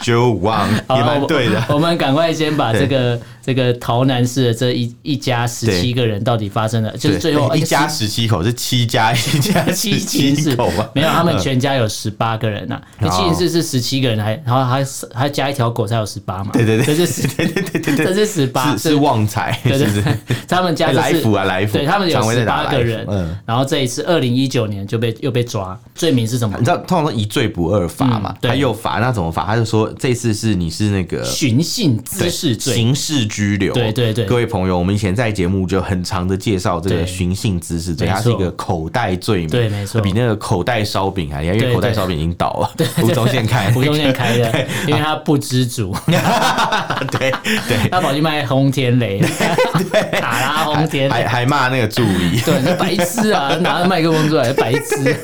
[SPEAKER 1] ，Joe Wang
[SPEAKER 2] 好
[SPEAKER 1] 也蛮对的。
[SPEAKER 2] 我我们赶快先把这个这个桃南市的这一一家十七
[SPEAKER 1] 对
[SPEAKER 2] 个人到底发生了，就是
[SPEAKER 1] 对
[SPEAKER 2] 最后
[SPEAKER 1] 一家
[SPEAKER 2] 17
[SPEAKER 1] 十七口是七
[SPEAKER 2] [laughs]
[SPEAKER 1] 家一家
[SPEAKER 2] 七
[SPEAKER 1] 十
[SPEAKER 2] 情
[SPEAKER 1] 七
[SPEAKER 2] 室
[SPEAKER 1] 口啊嗯哦嘛？
[SPEAKER 2] 没有，他们全家有十八个人呐、啊那七情室是十七个人，还然后还还加一条狗才有十八嘛？
[SPEAKER 1] 对对对，
[SPEAKER 2] 这是十，
[SPEAKER 1] 对对对对对，
[SPEAKER 2] 这是十八，
[SPEAKER 1] 是是旺财，
[SPEAKER 2] 对
[SPEAKER 1] 是
[SPEAKER 2] 对
[SPEAKER 1] 不是？
[SPEAKER 2] 对，
[SPEAKER 1] [laughs]
[SPEAKER 2] 他们家就是
[SPEAKER 1] 来福啊来福
[SPEAKER 2] 对他们有
[SPEAKER 1] 常威
[SPEAKER 2] 十
[SPEAKER 1] 在打
[SPEAKER 2] 八个人
[SPEAKER 1] 来福嗯，
[SPEAKER 2] 然后这一次二零一九年就被又被抓，罪名是什么
[SPEAKER 1] 你？知道，通常都一罪不二法嘛
[SPEAKER 2] 嗯，对
[SPEAKER 1] 他又罚，那怎么罚？他就说这次是你是那个
[SPEAKER 2] 寻衅滋
[SPEAKER 1] 对
[SPEAKER 2] 事罪，
[SPEAKER 1] 刑事拘留。
[SPEAKER 2] 对对对
[SPEAKER 1] 各位朋友，我们以前在节目就很长的介绍这个
[SPEAKER 2] 对
[SPEAKER 1] 寻衅滋事罪，
[SPEAKER 2] 没
[SPEAKER 1] 它
[SPEAKER 2] 错
[SPEAKER 1] 是一个口袋罪名，
[SPEAKER 2] 对没错
[SPEAKER 1] 比那个口袋烧饼还厉害，因为
[SPEAKER 2] 对
[SPEAKER 1] 口袋烧饼已经倒了，吴宗宪开，
[SPEAKER 2] 不用现开的，因为他不
[SPEAKER 1] [laughs]
[SPEAKER 2] 知足，
[SPEAKER 1] 对对
[SPEAKER 2] 他跑去卖轰天
[SPEAKER 1] [laughs]
[SPEAKER 2] 雷，卡拉轰天
[SPEAKER 1] 还
[SPEAKER 2] 雷，
[SPEAKER 1] 还骂那个助理，
[SPEAKER 2] [laughs] 对，那白痴啊，拿着麦克风出来，白
[SPEAKER 1] [laughs]
[SPEAKER 2] 痴，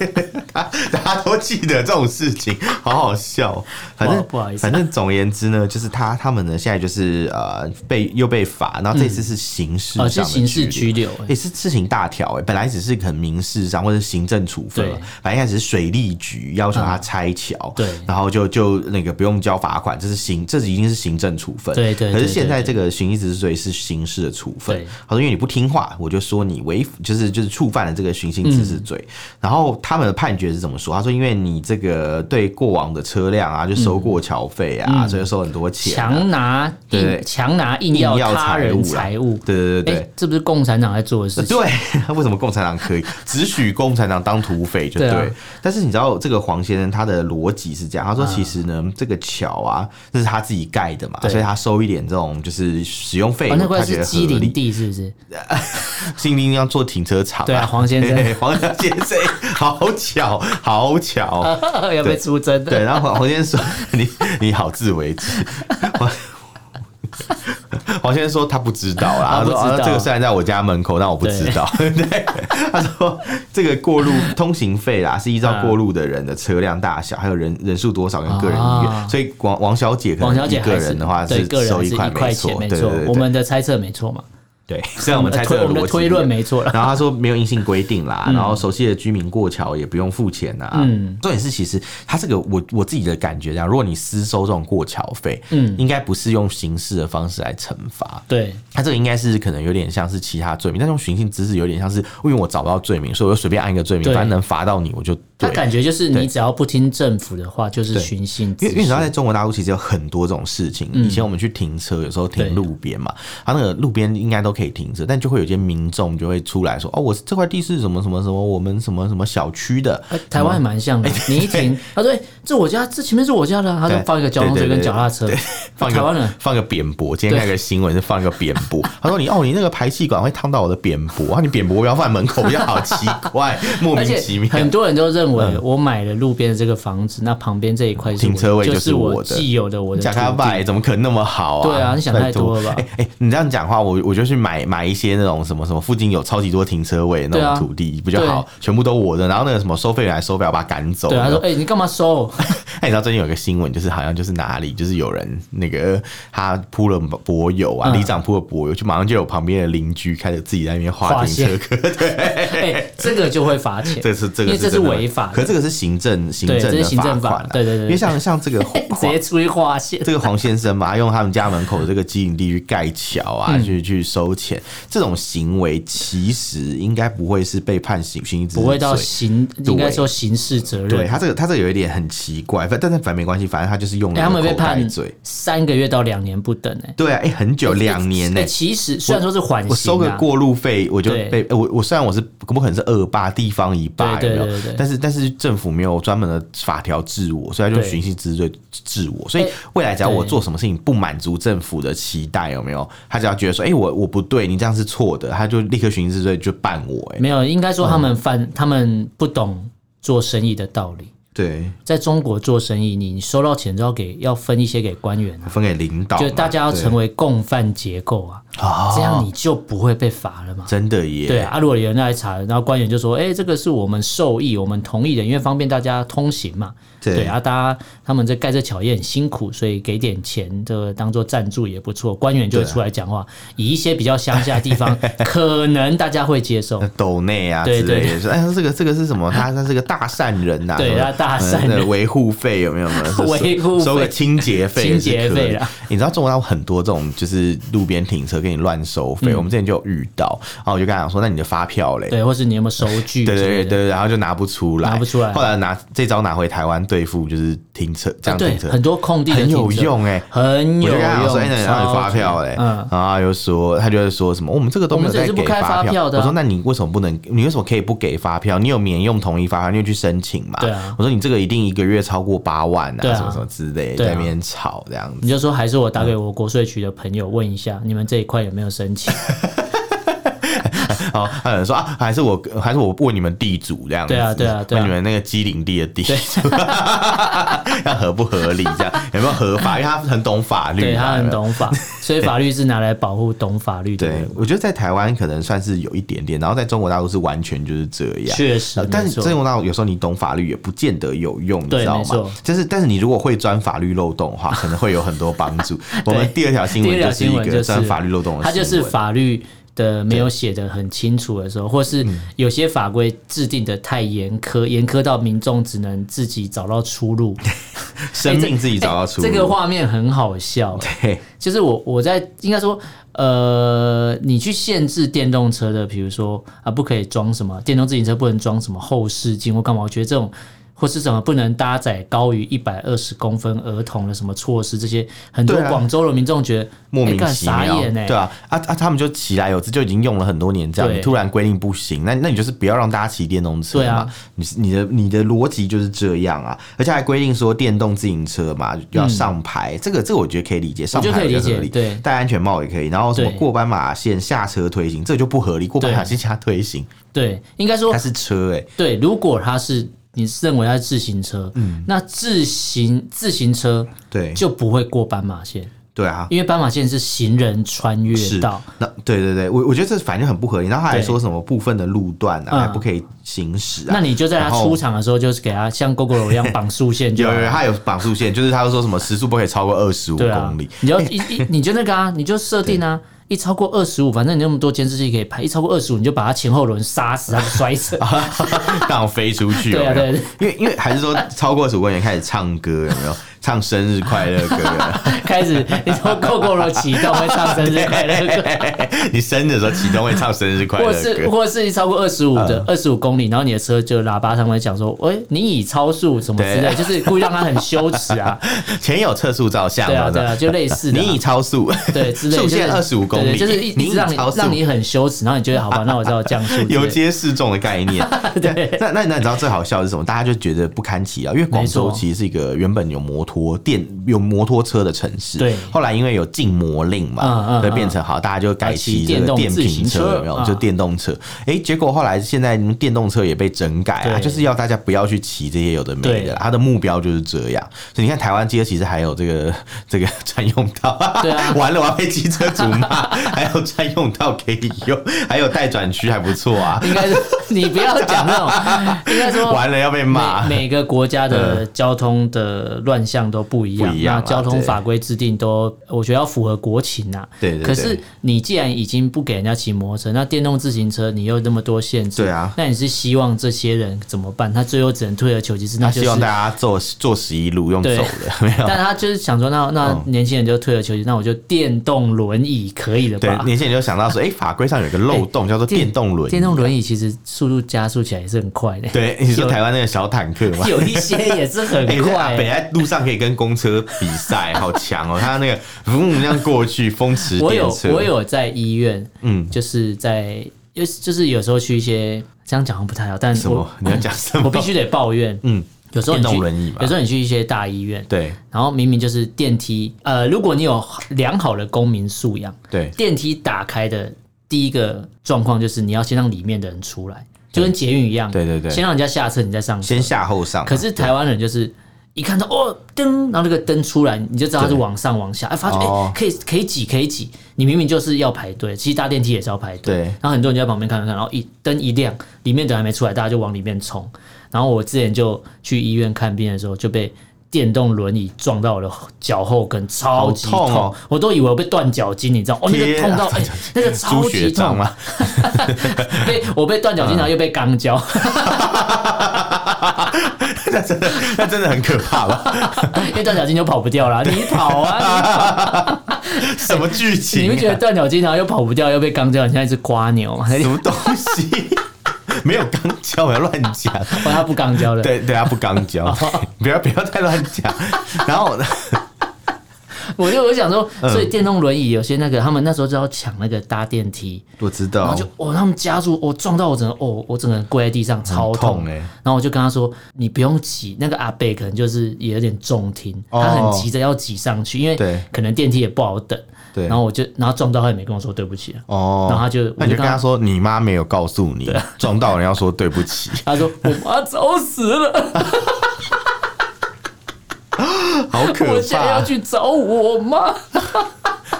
[SPEAKER 1] 大 [laughs] 大家都记得这种事情，好好笑。反正
[SPEAKER 2] 不好意思
[SPEAKER 1] 反正总而言之呢，就是他他们呢现在就是呃被又被罚，然后这次是刑事上
[SPEAKER 2] 哦，
[SPEAKER 1] 的
[SPEAKER 2] 是刑事
[SPEAKER 1] 拘
[SPEAKER 2] 拘
[SPEAKER 1] 留。
[SPEAKER 2] 留，
[SPEAKER 1] 也、是事情大条哎、本来只是可能民事上或者行政处分
[SPEAKER 2] 对嗯
[SPEAKER 1] 嘛，反正一开始是水利局要求他拆桥、
[SPEAKER 2] 对
[SPEAKER 1] 然后就就那个不用交罚款，这是行，这已经是行政处分，
[SPEAKER 2] 对对
[SPEAKER 1] 可是
[SPEAKER 2] 对
[SPEAKER 1] 现
[SPEAKER 2] 对
[SPEAKER 1] 在这个刑事治罪是刑事的处分
[SPEAKER 2] 对，
[SPEAKER 1] 他说因为你不听话，我就说你违，就是就是触犯了这个寻衅滋
[SPEAKER 2] 嗯
[SPEAKER 1] 事罪、然后他们的判决是怎么说？他说因为你这个对过往的车辆啊，就收过桥费啊、所以收很多钱、啊。
[SPEAKER 2] 嗯强拿
[SPEAKER 1] 对
[SPEAKER 2] 硬强拿硬
[SPEAKER 1] 硬
[SPEAKER 2] 要
[SPEAKER 1] 要
[SPEAKER 2] 他人
[SPEAKER 1] 财
[SPEAKER 2] 财物，
[SPEAKER 1] 对对对对
[SPEAKER 2] 哎，，这不是共产党在做的事情？
[SPEAKER 1] [laughs] 对，为什么共产党可以只许共产党当土匪就对？
[SPEAKER 2] 对啊
[SPEAKER 1] 但是你知道这个黄先生他的逻辑是这样，他说其实呢，这个桥啊，这是他自己盖的嘛，
[SPEAKER 2] 嗯对
[SPEAKER 1] 所以他收一点这种就是使用费，
[SPEAKER 2] 哦，那
[SPEAKER 1] 他
[SPEAKER 2] 块
[SPEAKER 1] 觉
[SPEAKER 2] 是
[SPEAKER 1] 得合
[SPEAKER 2] 机灵
[SPEAKER 1] 理。
[SPEAKER 2] 地是不是？ [laughs]
[SPEAKER 1] 新丁要做停车场、
[SPEAKER 2] 对啊黄
[SPEAKER 1] [laughs]
[SPEAKER 2] 先生
[SPEAKER 1] 嘿嘿黄先生，好巧，好
[SPEAKER 2] 呃
[SPEAKER 1] 巧。
[SPEAKER 2] 要被出征
[SPEAKER 1] 对，
[SPEAKER 2] 的，
[SPEAKER 1] 然后黄黄先生说：“ [laughs] 你你好自为之。”黄黄先生说他不知道啦，
[SPEAKER 2] 他
[SPEAKER 1] 他
[SPEAKER 2] 不
[SPEAKER 1] 说
[SPEAKER 2] 知
[SPEAKER 1] 啊
[SPEAKER 2] 道
[SPEAKER 1] 这个虽然在我家门口，但我不知道。 [laughs] 对，他说这个过路通行费啦，是依照
[SPEAKER 2] 嗯
[SPEAKER 1] 过路的人的车辆大小，还有人人数多少跟个人意
[SPEAKER 2] 啊
[SPEAKER 1] 愿，所以王王小姐可
[SPEAKER 2] 王小
[SPEAKER 1] 能一
[SPEAKER 2] 姐
[SPEAKER 1] 个
[SPEAKER 2] 还是
[SPEAKER 1] 人的话
[SPEAKER 2] 对个
[SPEAKER 1] 收
[SPEAKER 2] 人
[SPEAKER 1] 一
[SPEAKER 2] 是一
[SPEAKER 1] 块
[SPEAKER 2] 块
[SPEAKER 1] 错
[SPEAKER 2] 钱，，没
[SPEAKER 1] 对对
[SPEAKER 2] 错
[SPEAKER 1] 对，
[SPEAKER 2] 我
[SPEAKER 1] 对
[SPEAKER 2] 们的猜测没错嘛，
[SPEAKER 1] 对，虽然我们猜测
[SPEAKER 2] 我们
[SPEAKER 1] 逻
[SPEAKER 2] 的
[SPEAKER 1] 辑
[SPEAKER 2] 推论没错了。
[SPEAKER 1] 然后他说没有硬性规定啦，然后熟悉的居民过桥也不用付钱呐、嗯，重点是其实他这个我我自己的感觉啊，如果你私收这种过桥费，嗯，应该不是用刑事的方式来惩罚。
[SPEAKER 2] 对，
[SPEAKER 1] 他这个应该是可能有点像是其他罪名，但用寻衅滋事有点像是，因为我找不到罪名，所以我就随便按一个罪名，
[SPEAKER 2] 对
[SPEAKER 1] 反正能罚到你我就
[SPEAKER 2] 他
[SPEAKER 1] 对。
[SPEAKER 2] 感觉就是你
[SPEAKER 1] 对
[SPEAKER 2] 只要不听政府的话，就是
[SPEAKER 1] 对
[SPEAKER 2] 寻衅
[SPEAKER 1] 因
[SPEAKER 2] 滋
[SPEAKER 1] 为因为你知道，
[SPEAKER 2] 事。
[SPEAKER 1] 在中国大陆其实有很多这种事情。
[SPEAKER 2] 嗯
[SPEAKER 1] 以前我们去停车，有时候停路边嘛，啊它那个路边应该都可以停车，但就会有些民众就会出来说：“哦，我这块地是什么什么什么，我们什么什么小区的。
[SPEAKER 2] 呃台湾还蛮像的，你一停，他说：“哎这我家，这前面是我家的啊。”他就
[SPEAKER 1] 嗯对
[SPEAKER 2] 放一个交通
[SPEAKER 1] 对对
[SPEAKER 2] 车
[SPEAKER 1] 对
[SPEAKER 2] 跟脚踏车 [laughs]
[SPEAKER 1] 对。放一
[SPEAKER 2] 台湾人
[SPEAKER 1] 个放一个扁柏，今天看一个新闻是放一个扁柏， [laughs] 他说你哦，你那个排气管会烫到我的扁柏，啊，你扁柏不要放在门口，不要好奇怪，莫
[SPEAKER 2] [laughs] 而
[SPEAKER 1] 名
[SPEAKER 2] 且
[SPEAKER 1] 其妙。嗯
[SPEAKER 2] 很多人都认为，我买了路边的这个房子，那旁边这一块是我
[SPEAKER 1] 停车位
[SPEAKER 2] 就
[SPEAKER 1] 就是是
[SPEAKER 2] 我
[SPEAKER 1] 我的
[SPEAKER 2] 既有的我的
[SPEAKER 1] 贾
[SPEAKER 2] 土
[SPEAKER 1] 卡
[SPEAKER 2] 地。
[SPEAKER 1] 拜怎么可能那么好啊？
[SPEAKER 2] 对啊你想太多了吧
[SPEAKER 1] 哎、哎你这样讲话，我我就去买买一些那种什么什么附近有超级多停车位那
[SPEAKER 2] 对啊
[SPEAKER 1] 种土地，不就好？全部都我的，然后那个什么收费员来收费，我把他赶走。
[SPEAKER 2] 对，他
[SPEAKER 1] 你知
[SPEAKER 2] 说
[SPEAKER 1] 道：“
[SPEAKER 2] 哎，你干嘛收？ [laughs]
[SPEAKER 1] 哎，你知道最近有个新闻，就是好像就是哪里，就是有人那个他铺了柏油啊，
[SPEAKER 2] 嗯
[SPEAKER 1] 里长铺了柏油，就马上就有旁边的邻居开始自己在那边
[SPEAKER 2] 划
[SPEAKER 1] 画停车格，对。”
[SPEAKER 2] 哎，这个就会罚钱。
[SPEAKER 1] [laughs] 这是这
[SPEAKER 2] 因
[SPEAKER 1] 个
[SPEAKER 2] 为这是
[SPEAKER 1] 真的
[SPEAKER 2] 违法的
[SPEAKER 1] 可是这个是行政行
[SPEAKER 2] 对
[SPEAKER 1] 政
[SPEAKER 2] 这是
[SPEAKER 1] 的
[SPEAKER 2] 行政
[SPEAKER 1] 罚
[SPEAKER 2] 法
[SPEAKER 1] 款啊
[SPEAKER 2] 对对对对
[SPEAKER 1] 因为像像这个
[SPEAKER 2] [laughs] [laughs] 直接出去划线。 [laughs]
[SPEAKER 1] 这个黄先生嘛，他用他们家门口的这个基营地去盖桥啊，
[SPEAKER 2] 嗯
[SPEAKER 1] 去去收钱，这种行为其实应该不会是被判刑刑事
[SPEAKER 2] 不会到
[SPEAKER 1] 罪
[SPEAKER 2] 刑，应该说刑事责任。哎
[SPEAKER 1] 对他这个他这个有一点很奇怪，反但是反正没关系，反正他就是用了
[SPEAKER 2] 哎他
[SPEAKER 1] 一
[SPEAKER 2] 们
[SPEAKER 1] 个
[SPEAKER 2] 被
[SPEAKER 1] 口袋
[SPEAKER 2] 判
[SPEAKER 1] 罪。
[SPEAKER 2] 三个月到两年不等、哎，
[SPEAKER 1] 对啊，哎、很久，两年呢、
[SPEAKER 2] 哎其实虽然说是缓刑、啊，
[SPEAKER 1] 我收个过路费，我就
[SPEAKER 2] 对
[SPEAKER 1] 被呃我我虽然我是我可能是恶霸地方一霸
[SPEAKER 2] 对
[SPEAKER 1] 有
[SPEAKER 2] 对
[SPEAKER 1] 没有
[SPEAKER 2] 对对对？
[SPEAKER 1] 但是但是政府没有专门的法条治我，所以他就
[SPEAKER 2] 对
[SPEAKER 1] 寻衅滋罪治我。所以
[SPEAKER 2] 哎
[SPEAKER 1] 未来只要我
[SPEAKER 2] 对
[SPEAKER 1] 做什么事情不满足政府的期待，有没有？他只要觉得说，哎，我我不对，你这样是错的，他就立刻寻衅滋罪就办我。哎，
[SPEAKER 2] 没有，应该说他们犯，他们不懂做生意的道理。
[SPEAKER 1] 对，
[SPEAKER 2] 在中国做生意，你收到钱之后给要分一些给官员啊，
[SPEAKER 1] 分给领导嘛，
[SPEAKER 2] 就大家要
[SPEAKER 1] 对
[SPEAKER 2] 成为共犯结构啊，
[SPEAKER 1] 啊
[SPEAKER 2] 这样你就不会被罚了嘛。
[SPEAKER 1] 真的耶，
[SPEAKER 2] 对啊，啊如果有人来查，然后官员就说：“哎、这个是我们受益，我们同意的，因为方便大家通行嘛。”
[SPEAKER 1] 对
[SPEAKER 2] 啊，大家他们在盖这桥也很辛苦，所以给点钱，这个当做赞助也不错。官员就会出来讲话，
[SPEAKER 1] 啊
[SPEAKER 2] 以一些比较乡下的地
[SPEAKER 1] [laughs]
[SPEAKER 2] 方，可能大家会接受。
[SPEAKER 1] 斗内啊
[SPEAKER 2] 对
[SPEAKER 1] 之
[SPEAKER 2] 对
[SPEAKER 1] 类的，说哎，这个这个是
[SPEAKER 2] [laughs]
[SPEAKER 1] 什么？他他是个大善人呐，
[SPEAKER 2] 对
[SPEAKER 1] 什么
[SPEAKER 2] 他大善人
[SPEAKER 1] 嗯那维护费有没
[SPEAKER 2] [laughs]
[SPEAKER 1] 有？有
[SPEAKER 2] 维护费
[SPEAKER 1] 收个清洁
[SPEAKER 2] [laughs]
[SPEAKER 1] 费，
[SPEAKER 2] 清洁费啊啦
[SPEAKER 1] 啦。你知道中国大陆很多这种就是路边停车给你乱收费，我们之前就有遇到，然后我就跟他讲说，那你的发票嘞？
[SPEAKER 2] 嗯对，或是你有没有收据？
[SPEAKER 1] 对对对对，对，然后就拿不出来，
[SPEAKER 2] 拿不出来
[SPEAKER 1] 后来拿这招拿回台湾对付就是停车这样
[SPEAKER 2] 对
[SPEAKER 1] 停，车
[SPEAKER 2] 很多空地的
[SPEAKER 1] 很有
[SPEAKER 2] 停车，
[SPEAKER 1] 用哎。
[SPEAKER 2] 很
[SPEAKER 1] 我
[SPEAKER 2] 有
[SPEAKER 1] 就跟他讲
[SPEAKER 2] 用。
[SPEAKER 1] 说：“哎，那你让你发票嘞？”
[SPEAKER 2] 嗯
[SPEAKER 1] 然后他就说，他就会说什么：“我们这个都没有
[SPEAKER 2] 我们这也
[SPEAKER 1] 在
[SPEAKER 2] 是
[SPEAKER 1] 给
[SPEAKER 2] 不开发票
[SPEAKER 1] 票
[SPEAKER 2] 的啊
[SPEAKER 1] 我说：“那你为什么不能？你为什么可以不给发票？你有免用同意发票，你有去申请嘛？”
[SPEAKER 2] 对啊
[SPEAKER 1] 我说：“你这个一定一个月超过八万
[SPEAKER 2] 对
[SPEAKER 1] 啊，
[SPEAKER 2] 啊
[SPEAKER 1] 什么什么之类，
[SPEAKER 2] 对啊
[SPEAKER 1] 在那边吵这样
[SPEAKER 2] 你
[SPEAKER 1] 子。
[SPEAKER 2] 就说还是我打给我国税局的朋友问一下，你们这一块有没有
[SPEAKER 1] [laughs]
[SPEAKER 2] 申请？
[SPEAKER 1] 哦，还有人说啊，还是我还是我问你们地主这样子，
[SPEAKER 2] 对啊对啊对啊
[SPEAKER 1] 问你们那个机灵地的地主， [laughs] 要合不合理这样，有没有合法？因为他很懂法律嘛，
[SPEAKER 2] 对他
[SPEAKER 1] 有没
[SPEAKER 2] 很
[SPEAKER 1] 有
[SPEAKER 2] 懂法，所以法律是拿来保护懂法律的
[SPEAKER 1] 对
[SPEAKER 2] 人。，
[SPEAKER 1] 我觉得在台湾可能算是有一点点，然后在中国大陆是完全就是这样。
[SPEAKER 2] 确实
[SPEAKER 1] 呃但
[SPEAKER 2] 没
[SPEAKER 1] 是
[SPEAKER 2] 错
[SPEAKER 1] 中国大陆有时候你懂法律也不见得有用，你
[SPEAKER 2] 对
[SPEAKER 1] 知道
[SPEAKER 2] 没
[SPEAKER 1] 吗
[SPEAKER 2] 错？
[SPEAKER 1] 但是但是你如果会钻法律漏洞的话， [laughs] 可能会有很多帮助。我们第二条新
[SPEAKER 2] 第
[SPEAKER 1] 闻就
[SPEAKER 2] 二条
[SPEAKER 1] 是一
[SPEAKER 2] 新闻就
[SPEAKER 1] 个
[SPEAKER 2] 是
[SPEAKER 1] 钻法律漏洞的
[SPEAKER 2] 它就
[SPEAKER 1] 新
[SPEAKER 2] 是 [laughs]
[SPEAKER 1] 闻嗯
[SPEAKER 2] 法律的没有写的很清楚的时候，或是有些法规制定的太严苛，严苛到民众只能自己找到出路。
[SPEAKER 1] 生命自己找到出路。
[SPEAKER 2] 哎
[SPEAKER 1] [laughs]
[SPEAKER 2] 这个画面很好笑，
[SPEAKER 1] 嘿，
[SPEAKER 2] 就是我我在应该说，呃，你去限制电动车的，比如说啊，不可以装什么电动自行车不能装什么后视镜或干嘛，我觉得这种。或是什么不能搭载高于一百二十公分儿童的什么措施，这些很多
[SPEAKER 1] 对啊
[SPEAKER 2] 广州的民众觉得
[SPEAKER 1] 莫名
[SPEAKER 2] 哎干
[SPEAKER 1] 其妙，
[SPEAKER 2] 傻眼哎、
[SPEAKER 1] 对啊，啊啊，他们就起来有之，就已经用了很多年这样，
[SPEAKER 2] 对
[SPEAKER 1] 你突然规定不行，那那你就是不要让大家骑电动车
[SPEAKER 2] 对
[SPEAKER 1] 嘛，
[SPEAKER 2] 啊
[SPEAKER 1] 你是你的你的逻辑就是这样啊，而且还规定说电动自行车嘛要上牌，这个这个我觉得可以理解，上
[SPEAKER 2] 嗯觉得
[SPEAKER 1] 牌
[SPEAKER 2] 可以
[SPEAKER 1] 比较
[SPEAKER 2] 理解
[SPEAKER 1] 合理，
[SPEAKER 2] 对
[SPEAKER 1] 戴安全帽也可以，然后什么
[SPEAKER 2] 对
[SPEAKER 1] 过斑马线下车推行，这个就不合理，过斑马线下推行
[SPEAKER 2] 对，应该说
[SPEAKER 1] 它是车哎、
[SPEAKER 2] 对，如果它是你认为它是自行车，
[SPEAKER 1] 嗯
[SPEAKER 2] 那自行自行车
[SPEAKER 1] 对
[SPEAKER 2] 就不会过斑马线，
[SPEAKER 1] 对啊，
[SPEAKER 2] 因为斑马线是行人穿越
[SPEAKER 1] 是
[SPEAKER 2] 道。
[SPEAKER 1] 那对对对，我我觉得这反正很不合理，然后他还说什么部分的路段啊
[SPEAKER 2] 嗯
[SPEAKER 1] 还不可以行驶啊，
[SPEAKER 2] 那你就在它
[SPEAKER 1] 然后
[SPEAKER 2] 出场的时候，就是给它像 g o g o 一样绑竖线就
[SPEAKER 1] 有
[SPEAKER 2] 好
[SPEAKER 1] [laughs] 有有，
[SPEAKER 2] 了。
[SPEAKER 1] 他有绑速线，就是他说什么时速不可以超过二十五
[SPEAKER 2] 对啊
[SPEAKER 1] 公里，， [laughs]
[SPEAKER 2] 你就一一你就那个啊，你就设定啊，一超过二十五，反正你那么多监视器可以拍，一超过二十五你就把它前后轮杀死，它就摔死。
[SPEAKER 1] [laughs] 让我飞出去。
[SPEAKER 2] 对啊
[SPEAKER 1] 有没有
[SPEAKER 2] 对对
[SPEAKER 1] 因为因为还是说超过二十五公里开始唱歌，有没有？唱生日快乐歌有没有
[SPEAKER 2] 开始你说 g o g o 启动会唱生日快
[SPEAKER 1] [laughs]
[SPEAKER 2] 乐歌。 [laughs]
[SPEAKER 1] 你生日的时候启动会唱生日快乐
[SPEAKER 2] 或是
[SPEAKER 1] 歌。
[SPEAKER 2] 或是超过二十五
[SPEAKER 1] 嗯
[SPEAKER 2] 的二十五公里，然后你的车就喇叭上面讲说：“喂、你已超速什么之类，
[SPEAKER 1] 对
[SPEAKER 2] 就是故意让他很羞耻
[SPEAKER 1] [laughs]
[SPEAKER 2] 啊。
[SPEAKER 1] 前有测速照相，
[SPEAKER 2] 对
[SPEAKER 1] 有
[SPEAKER 2] 啊，
[SPEAKER 1] 没
[SPEAKER 2] 对
[SPEAKER 1] 有
[SPEAKER 2] 啊，就类似的、
[SPEAKER 1] 你已超速，
[SPEAKER 2] [laughs] 对之类的
[SPEAKER 1] 速限
[SPEAKER 2] 就是
[SPEAKER 1] 二十五公里，
[SPEAKER 2] 对就是一
[SPEAKER 1] 你
[SPEAKER 2] 一直让
[SPEAKER 1] 已超
[SPEAKER 2] 你
[SPEAKER 1] 速，
[SPEAKER 2] 让你很羞耻，然后你觉得好吧，那我知道降
[SPEAKER 1] [laughs]
[SPEAKER 2] 速之类的。
[SPEAKER 1] 游街示众的概念。
[SPEAKER 2] [laughs] 对
[SPEAKER 1] 那那那你知道最好笑的是什么？大家就觉得不堪其扰，因为广州
[SPEAKER 2] 没错
[SPEAKER 1] 其实是一个原本有摩托电有摩托车的城市，
[SPEAKER 2] 对
[SPEAKER 1] 后来因为有禁摩令嘛，
[SPEAKER 2] 嗯嗯
[SPEAKER 1] 就
[SPEAKER 2] 嗯
[SPEAKER 1] 变成好，大家就改骑这
[SPEAKER 2] 骑电
[SPEAKER 1] 个
[SPEAKER 2] 动
[SPEAKER 1] 电
[SPEAKER 2] 自
[SPEAKER 1] 瓶
[SPEAKER 2] 行
[SPEAKER 1] 车，
[SPEAKER 2] 车
[SPEAKER 1] 有没有？
[SPEAKER 2] 嗯
[SPEAKER 1] 就电动车。哎，结果后来现在电动车也被整改啊，
[SPEAKER 2] 对
[SPEAKER 1] 就是要大家不要去骑这些有的没
[SPEAKER 2] 对
[SPEAKER 1] 的啦，它的目标就是这样。所以你看台湾街其实还有这个这个 [laughs] 专用道，
[SPEAKER 2] 对啊
[SPEAKER 1] [laughs] 完了我要被机车主骂，还有专用道可以用，还有待转区还不错啊。
[SPEAKER 2] 应该是你不要讲那种，应该说
[SPEAKER 1] 完了要被骂
[SPEAKER 2] 每。每个国家的交通的乱象都不一样，
[SPEAKER 1] 嗯不一样啊
[SPEAKER 2] 那交通
[SPEAKER 1] 对
[SPEAKER 2] 法规制定都，我觉得要符合国情呐、啊。
[SPEAKER 1] 对对对
[SPEAKER 2] 可是你既然已经不给人家骑摩托车，那电动自行车你又那么多限制，
[SPEAKER 1] 对啊
[SPEAKER 2] 那你是希望这些人怎么办？他最后只能退而求其次，那
[SPEAKER 1] 他
[SPEAKER 2] 就是
[SPEAKER 1] 希望大家坐坐十一路用走
[SPEAKER 2] 对
[SPEAKER 1] 的， [laughs] 没有。
[SPEAKER 2] 但他就是想说，
[SPEAKER 1] 嗯
[SPEAKER 2] 那那年轻人就退而求其次，那我就电动轮椅可以了
[SPEAKER 1] 对，
[SPEAKER 2] 吧？
[SPEAKER 1] 年轻人就想到说，哎、法规上有一个漏洞，叫做电动轮椅。啊
[SPEAKER 2] 哎电动轮椅其实速度加速起来也是很快的， [laughs]
[SPEAKER 1] 对，你说台湾那个小坦克嘛，
[SPEAKER 2] 有一些也是
[SPEAKER 1] [laughs]
[SPEAKER 2] 很
[SPEAKER 1] 哎、
[SPEAKER 2] 快、欸
[SPEAKER 1] 这阿北在路上可以跟公车比
[SPEAKER 2] [laughs]
[SPEAKER 1] 赛，好强哦！他那个嗡那样过去，风驰
[SPEAKER 2] 我
[SPEAKER 1] 电
[SPEAKER 2] 有
[SPEAKER 1] 掣。
[SPEAKER 2] 我有在医院，
[SPEAKER 1] 嗯
[SPEAKER 2] 嗯，就是在就是就是有时候去一些这样讲好像不太好，但是
[SPEAKER 1] 什么
[SPEAKER 2] 我？
[SPEAKER 1] 你要讲什么？
[SPEAKER 2] 我必须得抱怨，
[SPEAKER 1] [laughs] 嗯，
[SPEAKER 2] 有时候你
[SPEAKER 1] 电
[SPEAKER 2] 去
[SPEAKER 1] 动轮椅嘛
[SPEAKER 2] 有时候你去一些大医院，
[SPEAKER 1] 对
[SPEAKER 2] 然后明明就是电梯，呃，如果你有良好的公民素养，
[SPEAKER 1] 对
[SPEAKER 2] 电梯打开的第一个状况就是你要先让里面的人出来，就跟捷运一样，
[SPEAKER 1] 对对对
[SPEAKER 2] 先让人家下车，你再上车，
[SPEAKER 1] 先下后上嘛。
[SPEAKER 2] 可是台湾人就是一看到哦灯，然后那个灯出来，你就知道它是往上往下，哎，发觉哎、
[SPEAKER 1] 哦
[SPEAKER 2] 可以可以挤可以挤，你明明就是要排队，其实搭电梯也是要排队，
[SPEAKER 1] 对
[SPEAKER 2] 然后很多人就在旁边看看看，然后一灯一亮，里面的人还没出来，大家就往里面冲。然后我之前就去医院看病的时候就被。电动轮椅撞到我的脚后跟，超级
[SPEAKER 1] 好痛哦
[SPEAKER 2] 我都以为我被断脚筋，你知道？哦，那个
[SPEAKER 1] 天啊
[SPEAKER 2] 痛
[SPEAKER 1] [laughs]
[SPEAKER 2] 到，哎、那个超
[SPEAKER 1] 猪
[SPEAKER 2] 级
[SPEAKER 1] 血啊
[SPEAKER 2] 痛
[SPEAKER 1] 账，嘛，
[SPEAKER 2] [laughs] 被我被断脚筋，然后又被钢胶，
[SPEAKER 1] [laughs] 那真的那真的很可怕
[SPEAKER 2] [laughs]
[SPEAKER 1] 吧？
[SPEAKER 2] 因为断脚筋就跑不掉了，你跑啊，你
[SPEAKER 1] [laughs]
[SPEAKER 2] 跑啊
[SPEAKER 1] 什么剧
[SPEAKER 2] 你
[SPEAKER 1] 情、啊
[SPEAKER 2] 们觉得断脚筋然后又跑不掉，又被钢胶，你像一只瓜牛
[SPEAKER 1] [laughs]
[SPEAKER 2] 嘛？
[SPEAKER 1] 什么东西？ [laughs] 没有刚教，我要乱讲。
[SPEAKER 2] 哦，它不钢胶的。
[SPEAKER 1] 对对，他不刚交，不要不要再乱讲。然后
[SPEAKER 2] 我就我想说，
[SPEAKER 1] 嗯
[SPEAKER 2] 所以电动轮椅有些那个他们那时候就要抢那个搭电梯，
[SPEAKER 1] 我知
[SPEAKER 2] 然
[SPEAKER 1] 道
[SPEAKER 2] 后就，哦他们加速，我、撞到我整个哦我整个人跪在地上超
[SPEAKER 1] 痛欸
[SPEAKER 2] 然后我就跟他说你不用急，那个阿贝可能就是也有点重听，
[SPEAKER 1] 哦
[SPEAKER 2] 他很急着要挤上去，因
[SPEAKER 1] 对
[SPEAKER 2] 为可能电梯也不好等。
[SPEAKER 1] 对
[SPEAKER 2] 然后我就然后撞到他也没跟我说对不起啊，
[SPEAKER 1] 哦，
[SPEAKER 2] 然后他就
[SPEAKER 1] 那你就
[SPEAKER 2] 我就跟
[SPEAKER 1] 跟
[SPEAKER 2] 他
[SPEAKER 1] 他说，你妈没有告诉你，撞到人要说对不起，
[SPEAKER 2] 他说我妈早死了，
[SPEAKER 1] 好可
[SPEAKER 2] 我想
[SPEAKER 1] 怕
[SPEAKER 2] 要！去找我妈。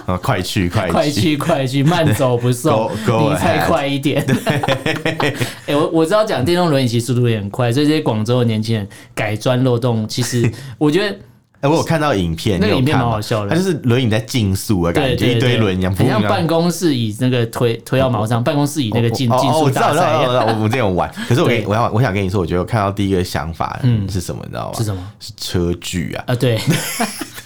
[SPEAKER 1] 啊快去，
[SPEAKER 2] 快
[SPEAKER 1] 快！
[SPEAKER 2] 去
[SPEAKER 1] [laughs]
[SPEAKER 2] 快去，慢走不送
[SPEAKER 1] Go- go，
[SPEAKER 2] 你再
[SPEAKER 1] ahead
[SPEAKER 2] 快一点。 [laughs] 哎、我我知道讲电动轮椅其实速度也很快，所以这些广州的年轻人改钻漏洞，其实
[SPEAKER 1] [laughs]
[SPEAKER 2] 我觉得
[SPEAKER 1] 哎，我有看到影片，
[SPEAKER 2] 那
[SPEAKER 1] 你
[SPEAKER 2] 个
[SPEAKER 1] 有
[SPEAKER 2] 影片
[SPEAKER 1] 看
[SPEAKER 2] 蛮
[SPEAKER 1] 吗
[SPEAKER 2] 好笑的
[SPEAKER 1] 它就是轮椅在竞速的
[SPEAKER 2] 对
[SPEAKER 1] 感觉，
[SPEAKER 2] 对
[SPEAKER 1] 一
[SPEAKER 2] 对，
[SPEAKER 1] 堆轮椅，
[SPEAKER 2] 很像办
[SPEAKER 1] 公
[SPEAKER 2] 公室椅那个推推到毛
[SPEAKER 1] 哦
[SPEAKER 2] 上，办公室椅那个竞竞
[SPEAKER 1] 我
[SPEAKER 2] 速大
[SPEAKER 1] 知道我知道我
[SPEAKER 2] 赛哎
[SPEAKER 1] 知道，我们这种玩。可是我跟你
[SPEAKER 2] 对
[SPEAKER 1] 我要我想跟你说，我觉得我看到第一个想法是什么，你知道吗？
[SPEAKER 2] 是什么？
[SPEAKER 1] 是车距啊，
[SPEAKER 2] 啊，对，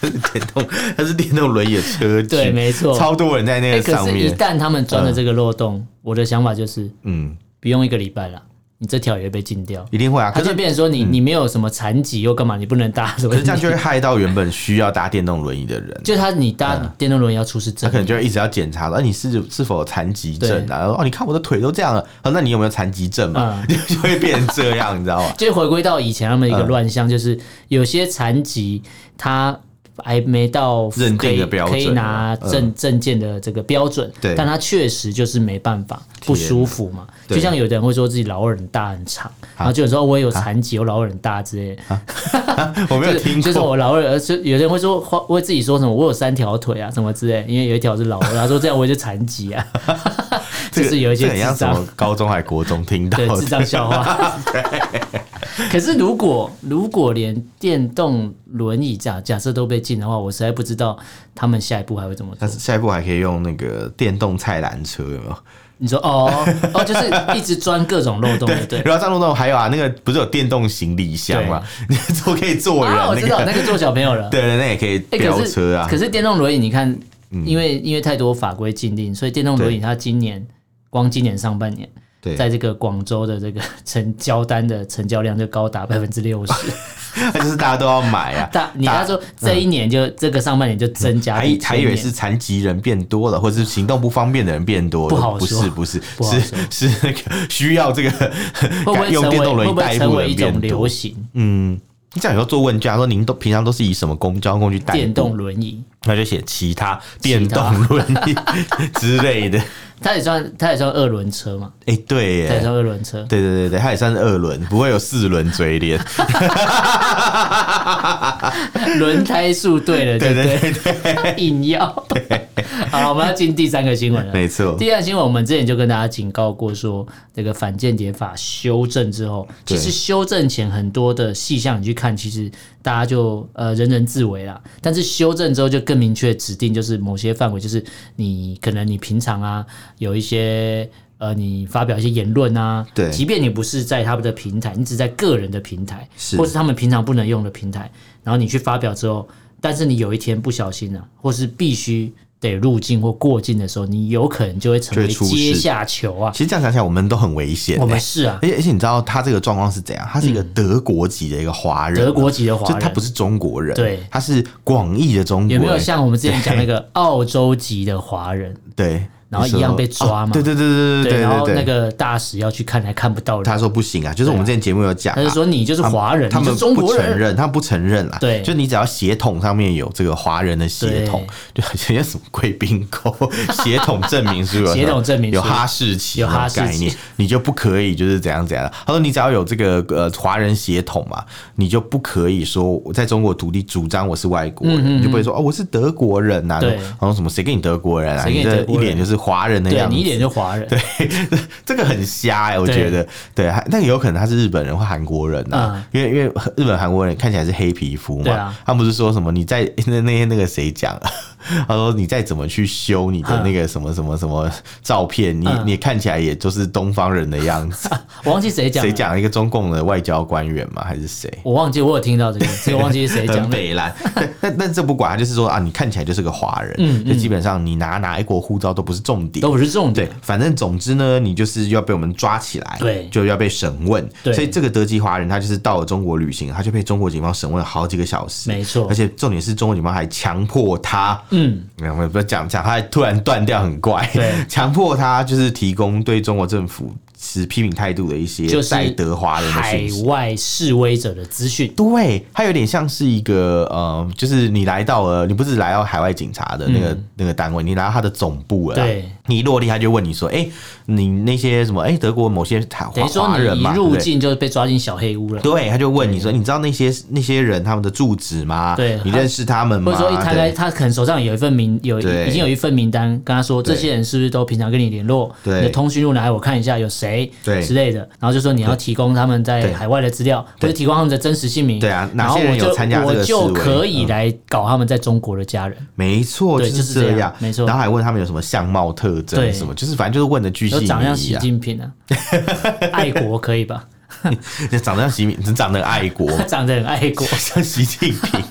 [SPEAKER 1] 电动，它是电动轮椅的车距，
[SPEAKER 2] 对没错
[SPEAKER 1] 超多人在那
[SPEAKER 2] 哎 [laughs]
[SPEAKER 1] 个
[SPEAKER 2] 可
[SPEAKER 1] 上
[SPEAKER 2] 是，一
[SPEAKER 1] 面，
[SPEAKER 2] 旦他们钻了这个漏洞，我的想法就是
[SPEAKER 1] 嗯，
[SPEAKER 2] 不用一个礼拜了，你这条也会被禁掉。
[SPEAKER 1] 一定会啊。
[SPEAKER 2] 他
[SPEAKER 1] 可
[SPEAKER 2] 就是变成说你、你没有什么残疾又干嘛，你不能搭轮
[SPEAKER 1] 可
[SPEAKER 2] 椅，
[SPEAKER 1] 是这样就会害到原本需要搭电动轮椅的人。
[SPEAKER 2] 就他你搭电动轮椅要出示
[SPEAKER 1] 嗯他
[SPEAKER 2] 证
[SPEAKER 1] 可能
[SPEAKER 2] 明
[SPEAKER 1] 就会一直要检查，哎那、你是是否有残疾症
[SPEAKER 2] 对
[SPEAKER 1] 啊？然后哦，你看我的腿都这样了，哦，那你有没有残疾症嘛？
[SPEAKER 2] 嗯
[SPEAKER 1] [laughs] 就会变成这样，你知道吗？
[SPEAKER 2] 就回归到以前他们一个
[SPEAKER 1] 嗯
[SPEAKER 2] 乱象，就是有些残疾他还没到
[SPEAKER 1] 认定的标准
[SPEAKER 2] 可以可以拿
[SPEAKER 1] 嗯
[SPEAKER 2] 证证件的这个标准，
[SPEAKER 1] 对
[SPEAKER 2] 但他确实就是没办法不舒服嘛。
[SPEAKER 1] 对
[SPEAKER 2] 就像有的人会说自己老二很大很长，然后就有时候我也有残疾，我老二很大之类的，
[SPEAKER 1] 我没有听
[SPEAKER 2] [laughs] 就是
[SPEAKER 1] 过，
[SPEAKER 2] 我老二，呃就有人会说会会自己说什么我有三条腿啊什么之类，因为有一条是老二，他说这样我就残疾啊， [laughs] 就
[SPEAKER 1] [laughs] 这个
[SPEAKER 2] 是有一些
[SPEAKER 1] 这个很像
[SPEAKER 2] 智
[SPEAKER 1] 什
[SPEAKER 2] 障
[SPEAKER 1] 么高中还国中听到
[SPEAKER 2] 对，智
[SPEAKER 1] 的，
[SPEAKER 2] 障
[SPEAKER 1] [laughs]
[SPEAKER 2] 笑话。可是如果如果连电动轮椅假假设都被禁的话，我实在不知道他们下一步还会怎么做
[SPEAKER 1] 但。是下一步还可以用那个电动菜篮车，有没有？
[SPEAKER 2] 你说哦哦，就是一直钻各种漏
[SPEAKER 1] [laughs]
[SPEAKER 2] 洞，对不对。
[SPEAKER 1] 然后张路洞还有啊，那个不是有电动行李箱嘛？你 [laughs] 坐可以坐人，
[SPEAKER 2] 啊，我
[SPEAKER 1] 那
[SPEAKER 2] 知道
[SPEAKER 1] 个 [laughs]
[SPEAKER 2] 那个做小朋友了。
[SPEAKER 1] 对对，那也可以
[SPEAKER 2] 哎，
[SPEAKER 1] 飙
[SPEAKER 2] 可是
[SPEAKER 1] 车啊嗯
[SPEAKER 2] 可。是电动轮椅，你看，因为因为太多法规禁令，所以电动轮椅它今年光今年上半年，
[SPEAKER 1] 对，
[SPEAKER 2] 在这个广州的这个成交单的成交量就高达百分
[SPEAKER 1] [laughs]
[SPEAKER 2] 之六十。
[SPEAKER 1] 那就是大家都要买啊。
[SPEAKER 2] 大，你
[SPEAKER 1] 大
[SPEAKER 2] 他说这一年就这个上半年就增加
[SPEAKER 1] 还
[SPEAKER 2] 比前年，
[SPEAKER 1] 还以为是残疾人变多了，或者是行动不方便的人变多了，
[SPEAKER 2] 不好
[SPEAKER 1] 不
[SPEAKER 2] 说
[SPEAKER 1] 是不是，
[SPEAKER 2] 不好
[SPEAKER 1] 是是那个需要这个
[SPEAKER 2] [laughs] 会不会
[SPEAKER 1] 用
[SPEAKER 2] 成
[SPEAKER 1] 电动
[SPEAKER 2] 为
[SPEAKER 1] 轮
[SPEAKER 2] 会
[SPEAKER 1] 椅
[SPEAKER 2] 不
[SPEAKER 1] 代
[SPEAKER 2] 会
[SPEAKER 1] 步
[SPEAKER 2] 成
[SPEAKER 1] 的
[SPEAKER 2] 为
[SPEAKER 1] 人
[SPEAKER 2] 一种
[SPEAKER 1] 变多。
[SPEAKER 2] 流行？
[SPEAKER 1] 嗯，你这样有时候做问卷，他说您都平常都是以什么公交工具代步
[SPEAKER 2] 电动，轮椅，
[SPEAKER 1] 那就写其他电动轮椅
[SPEAKER 2] [laughs]
[SPEAKER 1] 之类的。
[SPEAKER 2] 它也算它也算二轮车嘛，
[SPEAKER 1] 哎、对
[SPEAKER 2] 它也
[SPEAKER 1] 耶。
[SPEAKER 2] 算二轮车。
[SPEAKER 1] 对对对对，它也算是二轮，不会有四轮嘴
[SPEAKER 2] [laughs]
[SPEAKER 1] 脸。
[SPEAKER 2] 轮胎数对了，
[SPEAKER 1] 对
[SPEAKER 2] 对
[SPEAKER 1] 对
[SPEAKER 2] 对对， [laughs] 硬要。好，我们要进第三个新闻了。
[SPEAKER 1] 没错，
[SPEAKER 2] 第二个新闻，我们之前就跟大家警告过说，这个反间谍法修正之后，
[SPEAKER 1] 对
[SPEAKER 2] 其实修正前很多的细项你去看，其实大家就呃人人自危啦。但是修正之后就更明确指定，就是某些范围，就是你可能你平常啊有一些。呃，你发表一些言论啊，
[SPEAKER 1] 对
[SPEAKER 2] 即便你不是在他们的平台，你只在个人的平台，
[SPEAKER 1] 是
[SPEAKER 2] 或是他们平常不能用的平台，然后你去发表之后，但是你有一天不小心了、或是必须得入境或过境的时候，你有可能就会成
[SPEAKER 1] 就
[SPEAKER 2] 为
[SPEAKER 1] 会出事
[SPEAKER 2] 阶下囚啊。
[SPEAKER 1] 其实这样想起来，我们都很危险、欸。
[SPEAKER 2] 我们是啊，
[SPEAKER 1] 而且而且你知道他这个状况是怎样？他是一个德国籍的一个华人啊，
[SPEAKER 2] 德国籍的华
[SPEAKER 1] 就他
[SPEAKER 2] 人
[SPEAKER 1] 不。是中国人，
[SPEAKER 2] 对
[SPEAKER 1] 他是广义的中国
[SPEAKER 2] 有
[SPEAKER 1] 人，
[SPEAKER 2] 没有像我们之前讲那个澳洲籍的华人？
[SPEAKER 1] 对，
[SPEAKER 2] 然后一样被抓嘛
[SPEAKER 1] 你说哦对对对对对
[SPEAKER 2] 然后
[SPEAKER 1] 对
[SPEAKER 2] 那
[SPEAKER 1] 对对。
[SPEAKER 2] 个大使要去看，还看不到人，
[SPEAKER 1] 他说不行啊，就是我们之前节目有讲啊，
[SPEAKER 2] 他就说你就是华人，
[SPEAKER 1] 他
[SPEAKER 2] 你
[SPEAKER 1] 们
[SPEAKER 2] 是中
[SPEAKER 1] 不
[SPEAKER 2] 国
[SPEAKER 1] 承
[SPEAKER 2] 人，
[SPEAKER 1] 认，他们不承认啦。
[SPEAKER 2] 对
[SPEAKER 1] 就你只要血统上面有这个华人的血统，就很像什么贵宾狗 [laughs] 血统证明书有没有，
[SPEAKER 2] 血统证明书
[SPEAKER 1] 有哈士奇
[SPEAKER 2] 有哈士奇
[SPEAKER 1] 那种概念，你就不可以就是怎样怎样的。他说你只要有这个呃华人血统嘛，你就不可以说我在中国土地主张我是外国人，你就不会说哦我是德国人呐、
[SPEAKER 2] 嗯对
[SPEAKER 1] 然后什么谁跟你德国人啊？
[SPEAKER 2] 谁跟你
[SPEAKER 1] 这
[SPEAKER 2] 德国
[SPEAKER 1] 一
[SPEAKER 2] 人
[SPEAKER 1] 脸就是华人的
[SPEAKER 2] 对
[SPEAKER 1] 样子，
[SPEAKER 2] 你一脸就华人。
[SPEAKER 1] 对， [laughs] 这个很瞎哎、我
[SPEAKER 2] 对
[SPEAKER 1] 觉得对，还那个有可能他是日本人或韩国人呐、因为因为日本韩国人看起来是黑皮肤嘛，
[SPEAKER 2] 嗯对啊
[SPEAKER 1] 他们不是说什么你在那那天那个谁讲啊， [laughs] 他说你再怎么去修你的那个什么什么什么照片，你、
[SPEAKER 2] 嗯
[SPEAKER 1] 你看起来也就是东方人的样子，
[SPEAKER 2] 我忘记谁 [laughs] 讲，
[SPEAKER 1] 谁？讲了一个中共的外交官员吗？还是谁？
[SPEAKER 2] 我忘记，我有听到这个，这个忘记是谁
[SPEAKER 1] 很 [laughs]
[SPEAKER 2] 讲的。
[SPEAKER 1] 北蓝，
[SPEAKER 2] 嗯
[SPEAKER 1] 但但这不管，他就是说啊，你看起来就是个华人，就基本上你拿哪一国护照都不是重点
[SPEAKER 2] 都。不是重
[SPEAKER 1] 对
[SPEAKER 2] 点。，
[SPEAKER 1] 反正总之呢，你就是要被我们抓起来，
[SPEAKER 2] 对
[SPEAKER 1] 就要被审问。
[SPEAKER 2] 对
[SPEAKER 1] 所以这个德籍华人他就是到了中国旅行，他就被中国警方审问了好几个小时，
[SPEAKER 2] 没错
[SPEAKER 1] 而且重点是中国警方还强迫他，嗯，没有没有不要讲讲，他还突然断掉，很怪，
[SPEAKER 2] 对，
[SPEAKER 1] [laughs] 强迫他就是提供对中国政府持批评态度的一些
[SPEAKER 2] 就是
[SPEAKER 1] 在德华人的
[SPEAKER 2] 海
[SPEAKER 1] 讯息。
[SPEAKER 2] 外示威者的资讯，
[SPEAKER 1] 对，它有点像是一个呃，就是你来到了，你不是来到海外警察的那个、那个单位，你来到他的总部了啦。
[SPEAKER 2] 嗯对
[SPEAKER 1] 你一落地，他就问你说：“哎、你那些什么？哎、德国某些华
[SPEAKER 2] 等于
[SPEAKER 1] 华
[SPEAKER 2] 说
[SPEAKER 1] 人
[SPEAKER 2] 你一
[SPEAKER 1] 嘛，
[SPEAKER 2] 入
[SPEAKER 1] 对不对
[SPEAKER 2] 境就被抓进小黑屋了。
[SPEAKER 1] 对，他就问你说：“你知道那些那些人他们的住址吗？
[SPEAKER 2] 对
[SPEAKER 1] 你认识他们
[SPEAKER 2] 或
[SPEAKER 1] 吗？”
[SPEAKER 2] 者说一摊开，
[SPEAKER 1] 对
[SPEAKER 2] 他可能手上有一份名，有
[SPEAKER 1] 对
[SPEAKER 2] 已经有一份名单，跟他说
[SPEAKER 1] 对
[SPEAKER 2] 这些人是不是都平常跟你联络？
[SPEAKER 1] 对
[SPEAKER 2] 你的通讯录拿来我看一下，有谁
[SPEAKER 1] 对
[SPEAKER 2] 之类的，然后就说你要提供他们在
[SPEAKER 1] 对
[SPEAKER 2] 海外的资料，或
[SPEAKER 1] 对
[SPEAKER 2] 者提供他们的真实姓名。
[SPEAKER 1] 对啊哪
[SPEAKER 2] 然后
[SPEAKER 1] 些人
[SPEAKER 2] 我就
[SPEAKER 1] 有参加这个
[SPEAKER 2] 我就
[SPEAKER 1] 示威嗯
[SPEAKER 2] 可以来搞他们在中国的家人，
[SPEAKER 1] 没错，
[SPEAKER 2] 对
[SPEAKER 1] 就
[SPEAKER 2] 就是这
[SPEAKER 1] 这
[SPEAKER 2] 样没错
[SPEAKER 1] 然后还问他们有什么相貌特征
[SPEAKER 2] 对
[SPEAKER 1] 什么，就是反正就是问的巨细
[SPEAKER 2] 都
[SPEAKER 1] 靡
[SPEAKER 2] 长得像
[SPEAKER 1] 遗
[SPEAKER 2] 习
[SPEAKER 1] 啊，[laughs]
[SPEAKER 2] 近平啊，爱国可以吧？
[SPEAKER 1] 长得像习近平，长得很爱国，
[SPEAKER 2] [laughs] 长得很爱国。
[SPEAKER 1] 像习近
[SPEAKER 2] [laughs]
[SPEAKER 1] 平，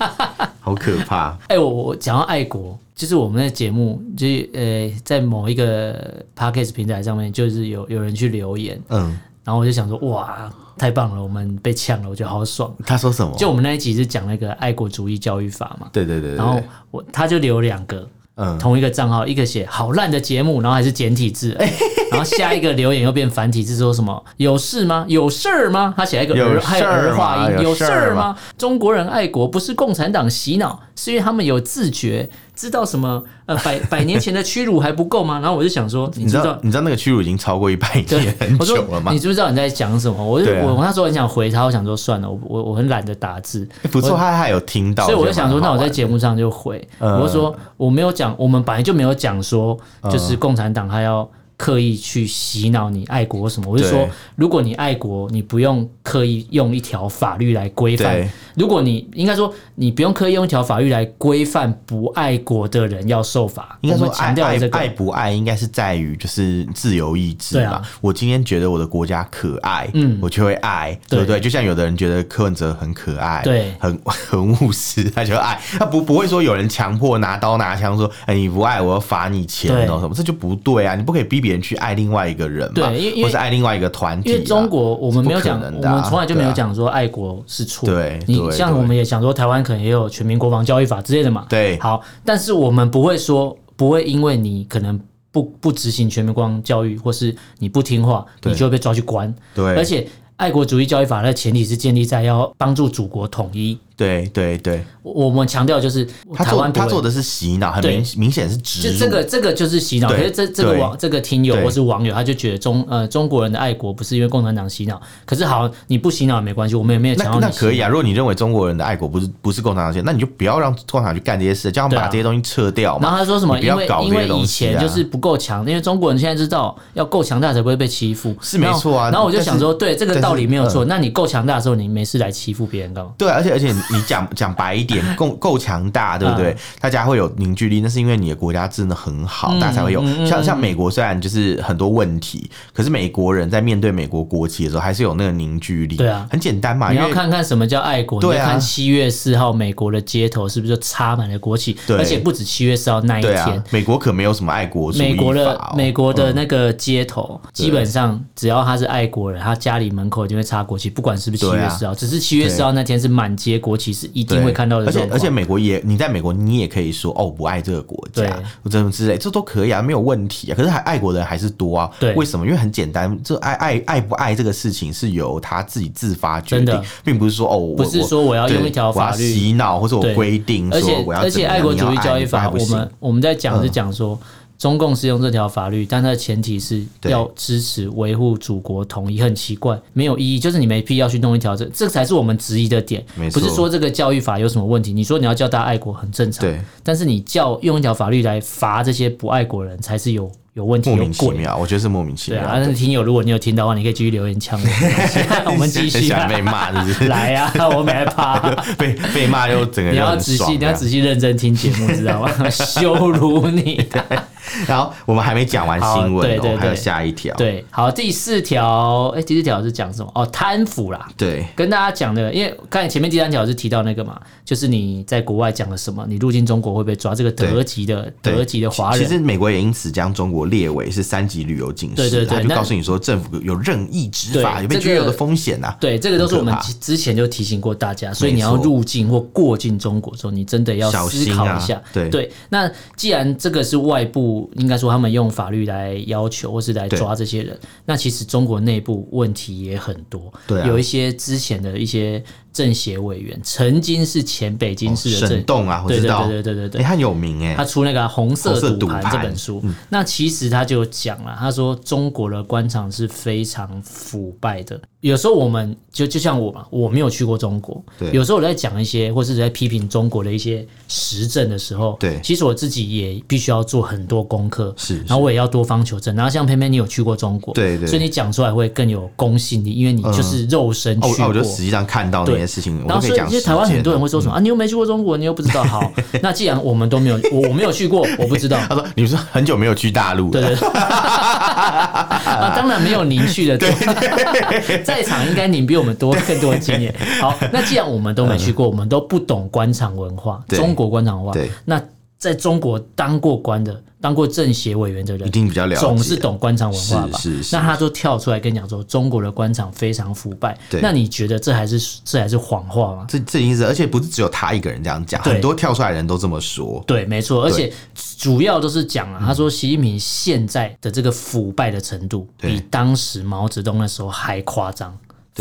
[SPEAKER 1] 好可怕。
[SPEAKER 2] 哎、我我讲到爱国，就是我们的节目，就是呃，在某一个 podcast 平台上面，就是有有人去留言，
[SPEAKER 1] 嗯，
[SPEAKER 2] 然后我就想说，哇，太棒了，我们被呛了，我觉得好爽。
[SPEAKER 1] 他说什么？
[SPEAKER 2] 就我们那一集是讲那个爱国主义教育法嘛，
[SPEAKER 1] 对对对对，
[SPEAKER 2] 然后
[SPEAKER 1] 对
[SPEAKER 2] 我他就留两个，
[SPEAKER 1] 嗯，
[SPEAKER 2] 同一个账号，一个写好烂的节目，然后还是简体字，哎 [laughs] 然后下一个留言又变繁体字，说什么有事吗？有事儿吗？他写了一个
[SPEAKER 1] 有事儿
[SPEAKER 2] 儿，
[SPEAKER 1] 吗
[SPEAKER 2] 还有儿化音，
[SPEAKER 1] 有
[SPEAKER 2] 有
[SPEAKER 1] 事
[SPEAKER 2] 事
[SPEAKER 1] 儿
[SPEAKER 2] 儿
[SPEAKER 1] 吗
[SPEAKER 2] 吗？中国人爱国不是共产党洗脑，是因为他们有自觉，知道什么呃
[SPEAKER 1] [laughs]
[SPEAKER 2] 百百年前的屈辱还不够吗？然后我就想说，你
[SPEAKER 1] 你
[SPEAKER 2] 知
[SPEAKER 1] 知
[SPEAKER 2] 不知
[SPEAKER 1] 道
[SPEAKER 2] 道？
[SPEAKER 1] 你知道那个屈辱已经超过一百
[SPEAKER 2] 对
[SPEAKER 1] 年，很
[SPEAKER 2] 我
[SPEAKER 1] 久
[SPEAKER 2] 说
[SPEAKER 1] 了吗
[SPEAKER 2] 你？知不知道你在讲什么？我就
[SPEAKER 1] 对啊
[SPEAKER 2] 我我那时候很想回他，我想说算了，我我我很懒得打字，
[SPEAKER 1] 不错，他还有听到，
[SPEAKER 2] 所以我就
[SPEAKER 1] 觉得
[SPEAKER 2] 想说，
[SPEAKER 1] 蛮
[SPEAKER 2] 那
[SPEAKER 1] 好
[SPEAKER 2] 我
[SPEAKER 1] 玩
[SPEAKER 2] 在节目上就回，
[SPEAKER 1] 嗯
[SPEAKER 2] 我就说我没有讲，我们本来就没有讲说，
[SPEAKER 1] 嗯
[SPEAKER 2] 就是共产党他要刻意去洗脑你爱国什么。我就说
[SPEAKER 1] 对，
[SPEAKER 2] 如果你爱国，你不用刻意用一条法律来规范
[SPEAKER 1] 对。
[SPEAKER 2] 如果你应该说，你不用刻意用一条法律来规范不爱国的人要受罚。
[SPEAKER 1] 应该
[SPEAKER 2] 我
[SPEAKER 1] 说
[SPEAKER 2] 们
[SPEAKER 1] 爱
[SPEAKER 2] 强调了
[SPEAKER 1] 爱
[SPEAKER 2] 这个
[SPEAKER 1] 爱不爱，应该是在于就是自由意志
[SPEAKER 2] 对
[SPEAKER 1] 嘛。
[SPEAKER 2] 啊
[SPEAKER 1] 我今天觉得我的国家可爱，嗯，我就会爱，对
[SPEAKER 2] 对
[SPEAKER 1] 不对？就像有的人觉得柯文哲很可爱，
[SPEAKER 2] 对
[SPEAKER 1] 很很务实，他就爱，他不不会说有人强迫拿刀拿枪说，哎、你不爱我要罚你钱哦
[SPEAKER 2] 对
[SPEAKER 1] 什么，这就不对啊！你不可以逼别人去爱另外一个人嘛，
[SPEAKER 2] 对因为因为
[SPEAKER 1] 或是爱另外一个团体啊、
[SPEAKER 2] 因为中国我们没有讲，
[SPEAKER 1] 是不可能
[SPEAKER 2] 我
[SPEAKER 1] 的啊
[SPEAKER 2] 们从来就没有讲说爱国是错。
[SPEAKER 1] 对
[SPEAKER 2] 你
[SPEAKER 1] 对
[SPEAKER 2] 像
[SPEAKER 1] 对
[SPEAKER 2] 我们也想说台湾可能也有全民国防教育法之类的嘛。
[SPEAKER 1] 对
[SPEAKER 2] 好，但是我们不会说，不会因为你可能不不执行全民国防教育，或是你不听话，
[SPEAKER 1] 对
[SPEAKER 2] 你就会被抓去关。
[SPEAKER 1] 对
[SPEAKER 2] 而且爱国主义教育法的前提是建立在要帮助祖国统一。
[SPEAKER 1] 对对对，
[SPEAKER 2] 我我们强调就是
[SPEAKER 1] 他
[SPEAKER 2] 台
[SPEAKER 1] 做
[SPEAKER 2] 湾不
[SPEAKER 1] 他
[SPEAKER 2] 会
[SPEAKER 1] 做的是洗脑，很
[SPEAKER 2] 对
[SPEAKER 1] 明明显是植
[SPEAKER 2] 就
[SPEAKER 1] 入，
[SPEAKER 2] 这个这个就是洗脑，可
[SPEAKER 1] 对
[SPEAKER 2] 是这这个
[SPEAKER 1] 对
[SPEAKER 2] 网这个听友
[SPEAKER 1] 对
[SPEAKER 2] 或是网友，他就觉得中呃中国人的爱国不是因为共产党洗脑，可是好你不洗脑也没关系，我们也没有
[SPEAKER 1] 那
[SPEAKER 2] 强要
[SPEAKER 1] 那
[SPEAKER 2] 你洗
[SPEAKER 1] 可以啊，如果你认为中国人的爱国不是不是共产党线，那你就不要让共产党去干这些事，叫他们
[SPEAKER 2] 对啊
[SPEAKER 1] 把这些东西撤掉
[SPEAKER 2] 然
[SPEAKER 1] 嘛。
[SPEAKER 2] 后他说什么？
[SPEAKER 1] 你不
[SPEAKER 2] 因
[SPEAKER 1] 要
[SPEAKER 2] 为
[SPEAKER 1] 搞这
[SPEAKER 2] 因
[SPEAKER 1] 些
[SPEAKER 2] 为
[SPEAKER 1] 东
[SPEAKER 2] 以
[SPEAKER 1] 西啊
[SPEAKER 2] 前就是不够强，因为中国人现在知道要够强大才不会被欺负，
[SPEAKER 1] 是没错啊
[SPEAKER 2] 然后然后我就
[SPEAKER 1] 但是
[SPEAKER 2] 想说，对这
[SPEAKER 1] 但
[SPEAKER 2] 个
[SPEAKER 1] 是嗯
[SPEAKER 2] 道理没有错。那你够强大的时候，你没事来欺负别人干嘛？
[SPEAKER 1] 对，而且而且你讲 [laughs] 讲白一点，够够强大，对不
[SPEAKER 2] 嗯
[SPEAKER 1] 对？大家会有凝聚力，那是因为你的国家真的很好，大家才会
[SPEAKER 2] 嗯
[SPEAKER 1] 有。像像美国虽然就是很多问题，可是美国人在面对美国国旗的时候，还是有那个凝聚力。
[SPEAKER 2] 对啊
[SPEAKER 1] 很简单嘛，
[SPEAKER 2] 你
[SPEAKER 1] 因
[SPEAKER 2] 要
[SPEAKER 1] 为
[SPEAKER 2] 看看什么叫爱国，你就
[SPEAKER 1] 对啊
[SPEAKER 2] 看七月四号美国的街头是不是就插满了国旗，
[SPEAKER 1] 对
[SPEAKER 2] 而且不止七月四号那一
[SPEAKER 1] 对
[SPEAKER 2] 天
[SPEAKER 1] 啊，，美国可没有什么爱国主义
[SPEAKER 2] 美国
[SPEAKER 1] 法
[SPEAKER 2] 的
[SPEAKER 1] 哦
[SPEAKER 2] 美国的那个街头，基本上只要他是爱国人，他家里门口一定会插国旗，不管是不是七
[SPEAKER 1] 对啊
[SPEAKER 2] 月四号，只是七月四号那天是满街国旗，是一
[SPEAKER 1] 对
[SPEAKER 2] 定会看到的
[SPEAKER 1] 而且
[SPEAKER 2] 状
[SPEAKER 1] 而
[SPEAKER 2] 况。
[SPEAKER 1] 且美国也，你在美国你也可以说哦，我不爱这个国
[SPEAKER 2] 对
[SPEAKER 1] 家，或者什么之类，这都可以啊，没有问题啊。可是还爱国的人还是多啊，
[SPEAKER 2] 对
[SPEAKER 1] 为什么？因为很简单，这爱爱爱不爱这个事情是由他自己自发决
[SPEAKER 2] 真
[SPEAKER 1] 定
[SPEAKER 2] 的，
[SPEAKER 1] 并不是说哦，我
[SPEAKER 2] 不是说我要用一条法
[SPEAKER 1] 我
[SPEAKER 2] 律
[SPEAKER 1] 要洗脑或者我
[SPEAKER 2] 对
[SPEAKER 1] 规定
[SPEAKER 2] 而且
[SPEAKER 1] 说我要怎么
[SPEAKER 2] 而且
[SPEAKER 1] 样哎
[SPEAKER 2] 爱国主义教育
[SPEAKER 1] 你要
[SPEAKER 2] 法，
[SPEAKER 1] 爱你不爱不
[SPEAKER 2] 我
[SPEAKER 1] 行嗯
[SPEAKER 2] 们我们在讲是讲说。中共是用这条法律，但它的前提是
[SPEAKER 1] 对
[SPEAKER 2] 要支持维护祖国统一，很奇怪，没有意义，就是你没必要去弄一条这，这才是我们质疑的点
[SPEAKER 1] 没，错
[SPEAKER 2] 不是说这个教育法有什么问题。你说你要叫大家爱国很正常，
[SPEAKER 1] 对，
[SPEAKER 2] 但是你叫用一条法律来罚这些不爱国人，才是有有问题，
[SPEAKER 1] 莫
[SPEAKER 2] 有
[SPEAKER 1] 名其
[SPEAKER 2] 鬼。
[SPEAKER 1] 妙，我觉得是莫名其
[SPEAKER 2] 对
[SPEAKER 1] 妙
[SPEAKER 2] 啊，。那听友，如果你有听到的话，你可以继续留言呛
[SPEAKER 1] [laughs]
[SPEAKER 2] 我，我 [laughs] 们继
[SPEAKER 1] 很
[SPEAKER 2] 续
[SPEAKER 1] 喜
[SPEAKER 2] 啊
[SPEAKER 1] 欢被骂，是不
[SPEAKER 2] [laughs]
[SPEAKER 1] 是？
[SPEAKER 2] 来啊，我没怕。
[SPEAKER 1] [laughs]
[SPEAKER 2] 啊
[SPEAKER 1] 被被骂又整个
[SPEAKER 2] 你
[SPEAKER 1] 就
[SPEAKER 2] 要
[SPEAKER 1] 很
[SPEAKER 2] 仔细，
[SPEAKER 1] 爽
[SPEAKER 2] 你
[SPEAKER 1] 这
[SPEAKER 2] 要
[SPEAKER 1] 样。[laughs]
[SPEAKER 2] [laughs] 仔细认真听节目，知道吗？羞辱你的，
[SPEAKER 1] 然后我们还没讲完新闻、哦，
[SPEAKER 2] 对对对
[SPEAKER 1] 还有下一条。
[SPEAKER 2] 对，好，第四条，哎、欸，第四条是讲什么？哦，贪腐啦。
[SPEAKER 1] 对，
[SPEAKER 2] 跟大家讲的，因为刚才前面第三条是提到那个嘛，就是你在国外讲了什么，你入境中国会被抓。这个德籍的德籍的华人，
[SPEAKER 1] 其实美国也因此将中国列为是三级旅游警示，
[SPEAKER 2] 对对对，
[SPEAKER 1] 他就告诉你说政府有任意执法，有被拘留的风险呐、啊
[SPEAKER 2] 這個。对，这个都是我们之前就提醒过大家，所以你要入境或过境中国的时候，你真的要思考一下。
[SPEAKER 1] 啊、对
[SPEAKER 2] 对，那既然这个是外部，应该说他们用法律来要求或是来抓这些人，那其实中国内部问题也很多，
[SPEAKER 1] 对、啊，
[SPEAKER 2] 有一些之前的一些。政协委员曾经是前北京市的
[SPEAKER 1] 政、哦、动啊，我
[SPEAKER 2] 知
[SPEAKER 1] 道，
[SPEAKER 2] 对对对对对、
[SPEAKER 1] 欸，他有名哎、欸，
[SPEAKER 2] 他出那个、啊《红色
[SPEAKER 1] 赌
[SPEAKER 2] 盘》这本书，嗯、那其实他就讲了，他说中国的官场是非常腐败的。有时候我们就就像我嘛，我没有去过中国，有时候我在讲一些或是在批评中国的一些时政的时候，
[SPEAKER 1] 对，
[SPEAKER 2] 其实我自己也必须要做很多功课，
[SPEAKER 1] 是，
[SPEAKER 2] 然后我也要多方求证。然后像偏偏你有去过中国，
[SPEAKER 1] 对对，
[SPEAKER 2] 所以你讲出来会更有公信力，因为你就是肉身去过，
[SPEAKER 1] 嗯、我就实际上看到那些。事情，
[SPEAKER 2] 然后所以其实台湾很多人会说什么、嗯、啊？你又没去过中国，你又不知道。
[SPEAKER 1] [laughs]
[SPEAKER 2] 好，那既然我们都没有，我我没有去过，我不知道。
[SPEAKER 1] 他说：“你是很久没有去大陆
[SPEAKER 2] 对对对。啊，当然没有您去的多。 [laughs] 在场应该您比我们多更多经验。好，那既然我们都没去过，嗯、我们都不懂官场文化，中国官场文化。那在中国当过官的。当过政协委员的人，
[SPEAKER 1] 一定比较了解，
[SPEAKER 2] 总是懂官场文化吧？
[SPEAKER 1] 是是是。
[SPEAKER 2] 那他就跳出来跟你讲说，中国的官场非常腐败。
[SPEAKER 1] 对。
[SPEAKER 2] 那你觉得这还是这还是谎话吗？
[SPEAKER 1] 这这已经是，而且不是只有他一个人这样讲，很多跳出来人都这么说。
[SPEAKER 2] 对，没错。而且主要都是讲啊，他说习近平现在的这个腐败的程度，比当时毛泽东那时候还夸张。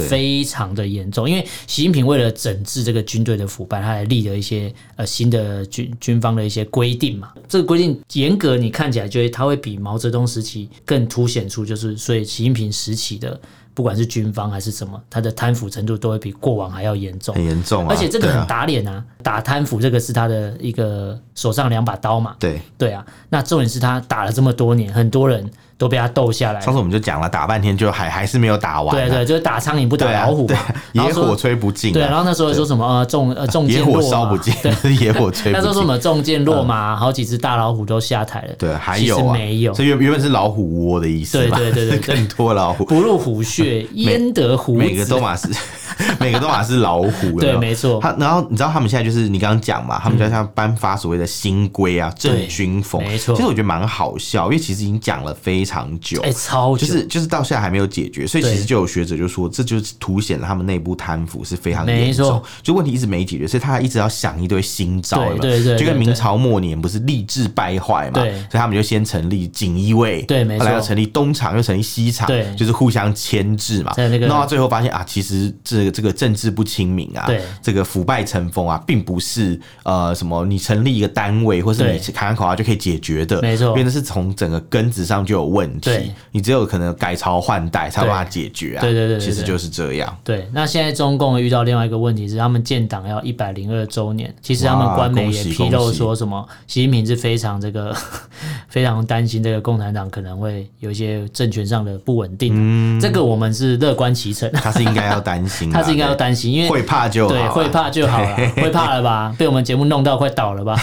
[SPEAKER 2] 非常的严重，因为习近平为了整治这个军队的腐败，他还立了一些呃新的军军方的一些规定嘛。这个规定严格，你看起来就会它会比毛泽东时期更凸显出，就是所以习近平时期的不管是军方还是什么，他的贪腐程度都会比过往还要严重，
[SPEAKER 1] 很严重、啊。
[SPEAKER 2] 而且这个很打脸啊，啊打贪腐这个是他的一个手上两把刀嘛。
[SPEAKER 1] 对
[SPEAKER 2] 对啊，那重点是他打了这么多年，很多人。都被他斗下来。
[SPEAKER 1] 上次我们就讲了，打半天就还还是没有打完。啊
[SPEAKER 2] 对对，就是打苍蝇不打老虎嘛。
[SPEAKER 1] 野火吹不尽。
[SPEAKER 2] 对，啊然后那时候说什么呃中呃中啊
[SPEAKER 1] 野火烧不尽， [laughs] 野火吹。
[SPEAKER 2] 那时候说什么中箭落马，好几只大老虎都下台了。
[SPEAKER 1] 嗯对，还有啊
[SPEAKER 2] 没有？
[SPEAKER 1] 这原原本是老虎窝的意思。
[SPEAKER 2] 对对对对，
[SPEAKER 1] 更多老虎。
[SPEAKER 2] 不入虎穴，焉得虎子？
[SPEAKER 1] 每个都马是， [laughs] 每个都马是老虎。
[SPEAKER 2] 对，没错。
[SPEAKER 1] 他然后你知道他们现在就是你刚刚讲嘛，他们就像颁发所谓的新规啊，郑军风。
[SPEAKER 2] 没错。
[SPEAKER 1] 其实我觉得蛮好笑，因为其实已经讲了非。非常久，
[SPEAKER 2] 哎、欸，超
[SPEAKER 1] 就是就是到现在还没有解决，所以其实就有学者就说，这就是凸显了他们内部贪腐是非常严重，就问题一直没解决，所以他一直要想一堆新招嘛，
[SPEAKER 2] 对对对，
[SPEAKER 1] 就跟明朝末年不是吏治败坏嘛，
[SPEAKER 2] 对，
[SPEAKER 1] 所以他们就先成立锦衣卫，
[SPEAKER 2] 对，没错，
[SPEAKER 1] 后来又成立东厂，又成立西厂，
[SPEAKER 2] 对，
[SPEAKER 1] 就是互相牵制嘛，
[SPEAKER 2] 那个，
[SPEAKER 1] 弄到最后发现啊，其实这个这个政治不清明啊，
[SPEAKER 2] 对，
[SPEAKER 1] 这个腐败成风啊，并不是呃什么你成立一个单位或是你喊喊口啊号就可以解决的，
[SPEAKER 2] 没错，
[SPEAKER 1] 变得是从整个根子上就有。问题，你只有可能改朝换代才有办法解决啊！
[SPEAKER 2] 对对对,對，
[SPEAKER 1] 其实就是这样。
[SPEAKER 2] 对，那现在中共遇到另外一个问题是，他们建党要一百零二周年，其实他们官媒也披露说什么，习近平是非常这个 [laughs] 非常担心这个共产党可能会有一些政权上的不稳定、啊。嗯，这个我们是乐观其成，
[SPEAKER 1] 他是应该要担心，啊
[SPEAKER 2] 他是应该要担心，因为
[SPEAKER 1] 嗯会怕就啊
[SPEAKER 2] 对，会怕就好了，会怕了吧？被我们节目弄到快倒了吧？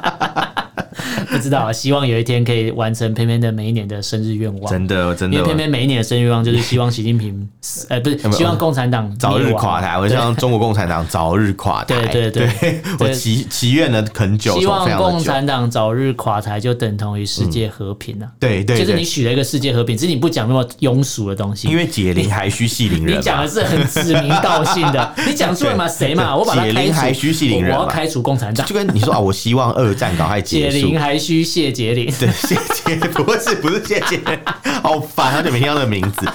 [SPEAKER 2] [laughs] 不知道，啊希望有一天可以完成偏偏的每一年的生日愿望。
[SPEAKER 1] 真的，真的，
[SPEAKER 2] 因为偏偏每一年的生日愿望就是希望习
[SPEAKER 1] [laughs]
[SPEAKER 2] 近平，呃，不是希望共产党
[SPEAKER 1] 呃早日垮台，我希望中国共产党早日垮台。
[SPEAKER 2] 对对对，
[SPEAKER 1] [laughs] 我祈祈愿了很久，
[SPEAKER 2] 希望共产党早日垮台，就等同于世界和平啊！
[SPEAKER 1] 嗯对对，
[SPEAKER 2] 就是你许了一个世界和平，只是你不讲那么庸俗的东西。
[SPEAKER 1] 因为解铃还需系铃人，啊
[SPEAKER 2] 你讲的是很指名道姓
[SPEAKER 1] [laughs]
[SPEAKER 2] 的，你讲出来嘛？谁嘛？我把他
[SPEAKER 1] 解铃还需系铃人，
[SPEAKER 2] 我要开除共
[SPEAKER 1] [laughs]
[SPEAKER 2] 产党。
[SPEAKER 1] 就跟你说啊，我希望二战赶快结束。
[SPEAKER 2] 还需谢杰林，
[SPEAKER 1] 对，谢杰不是不是谢杰，好烦，好久没听到的名字。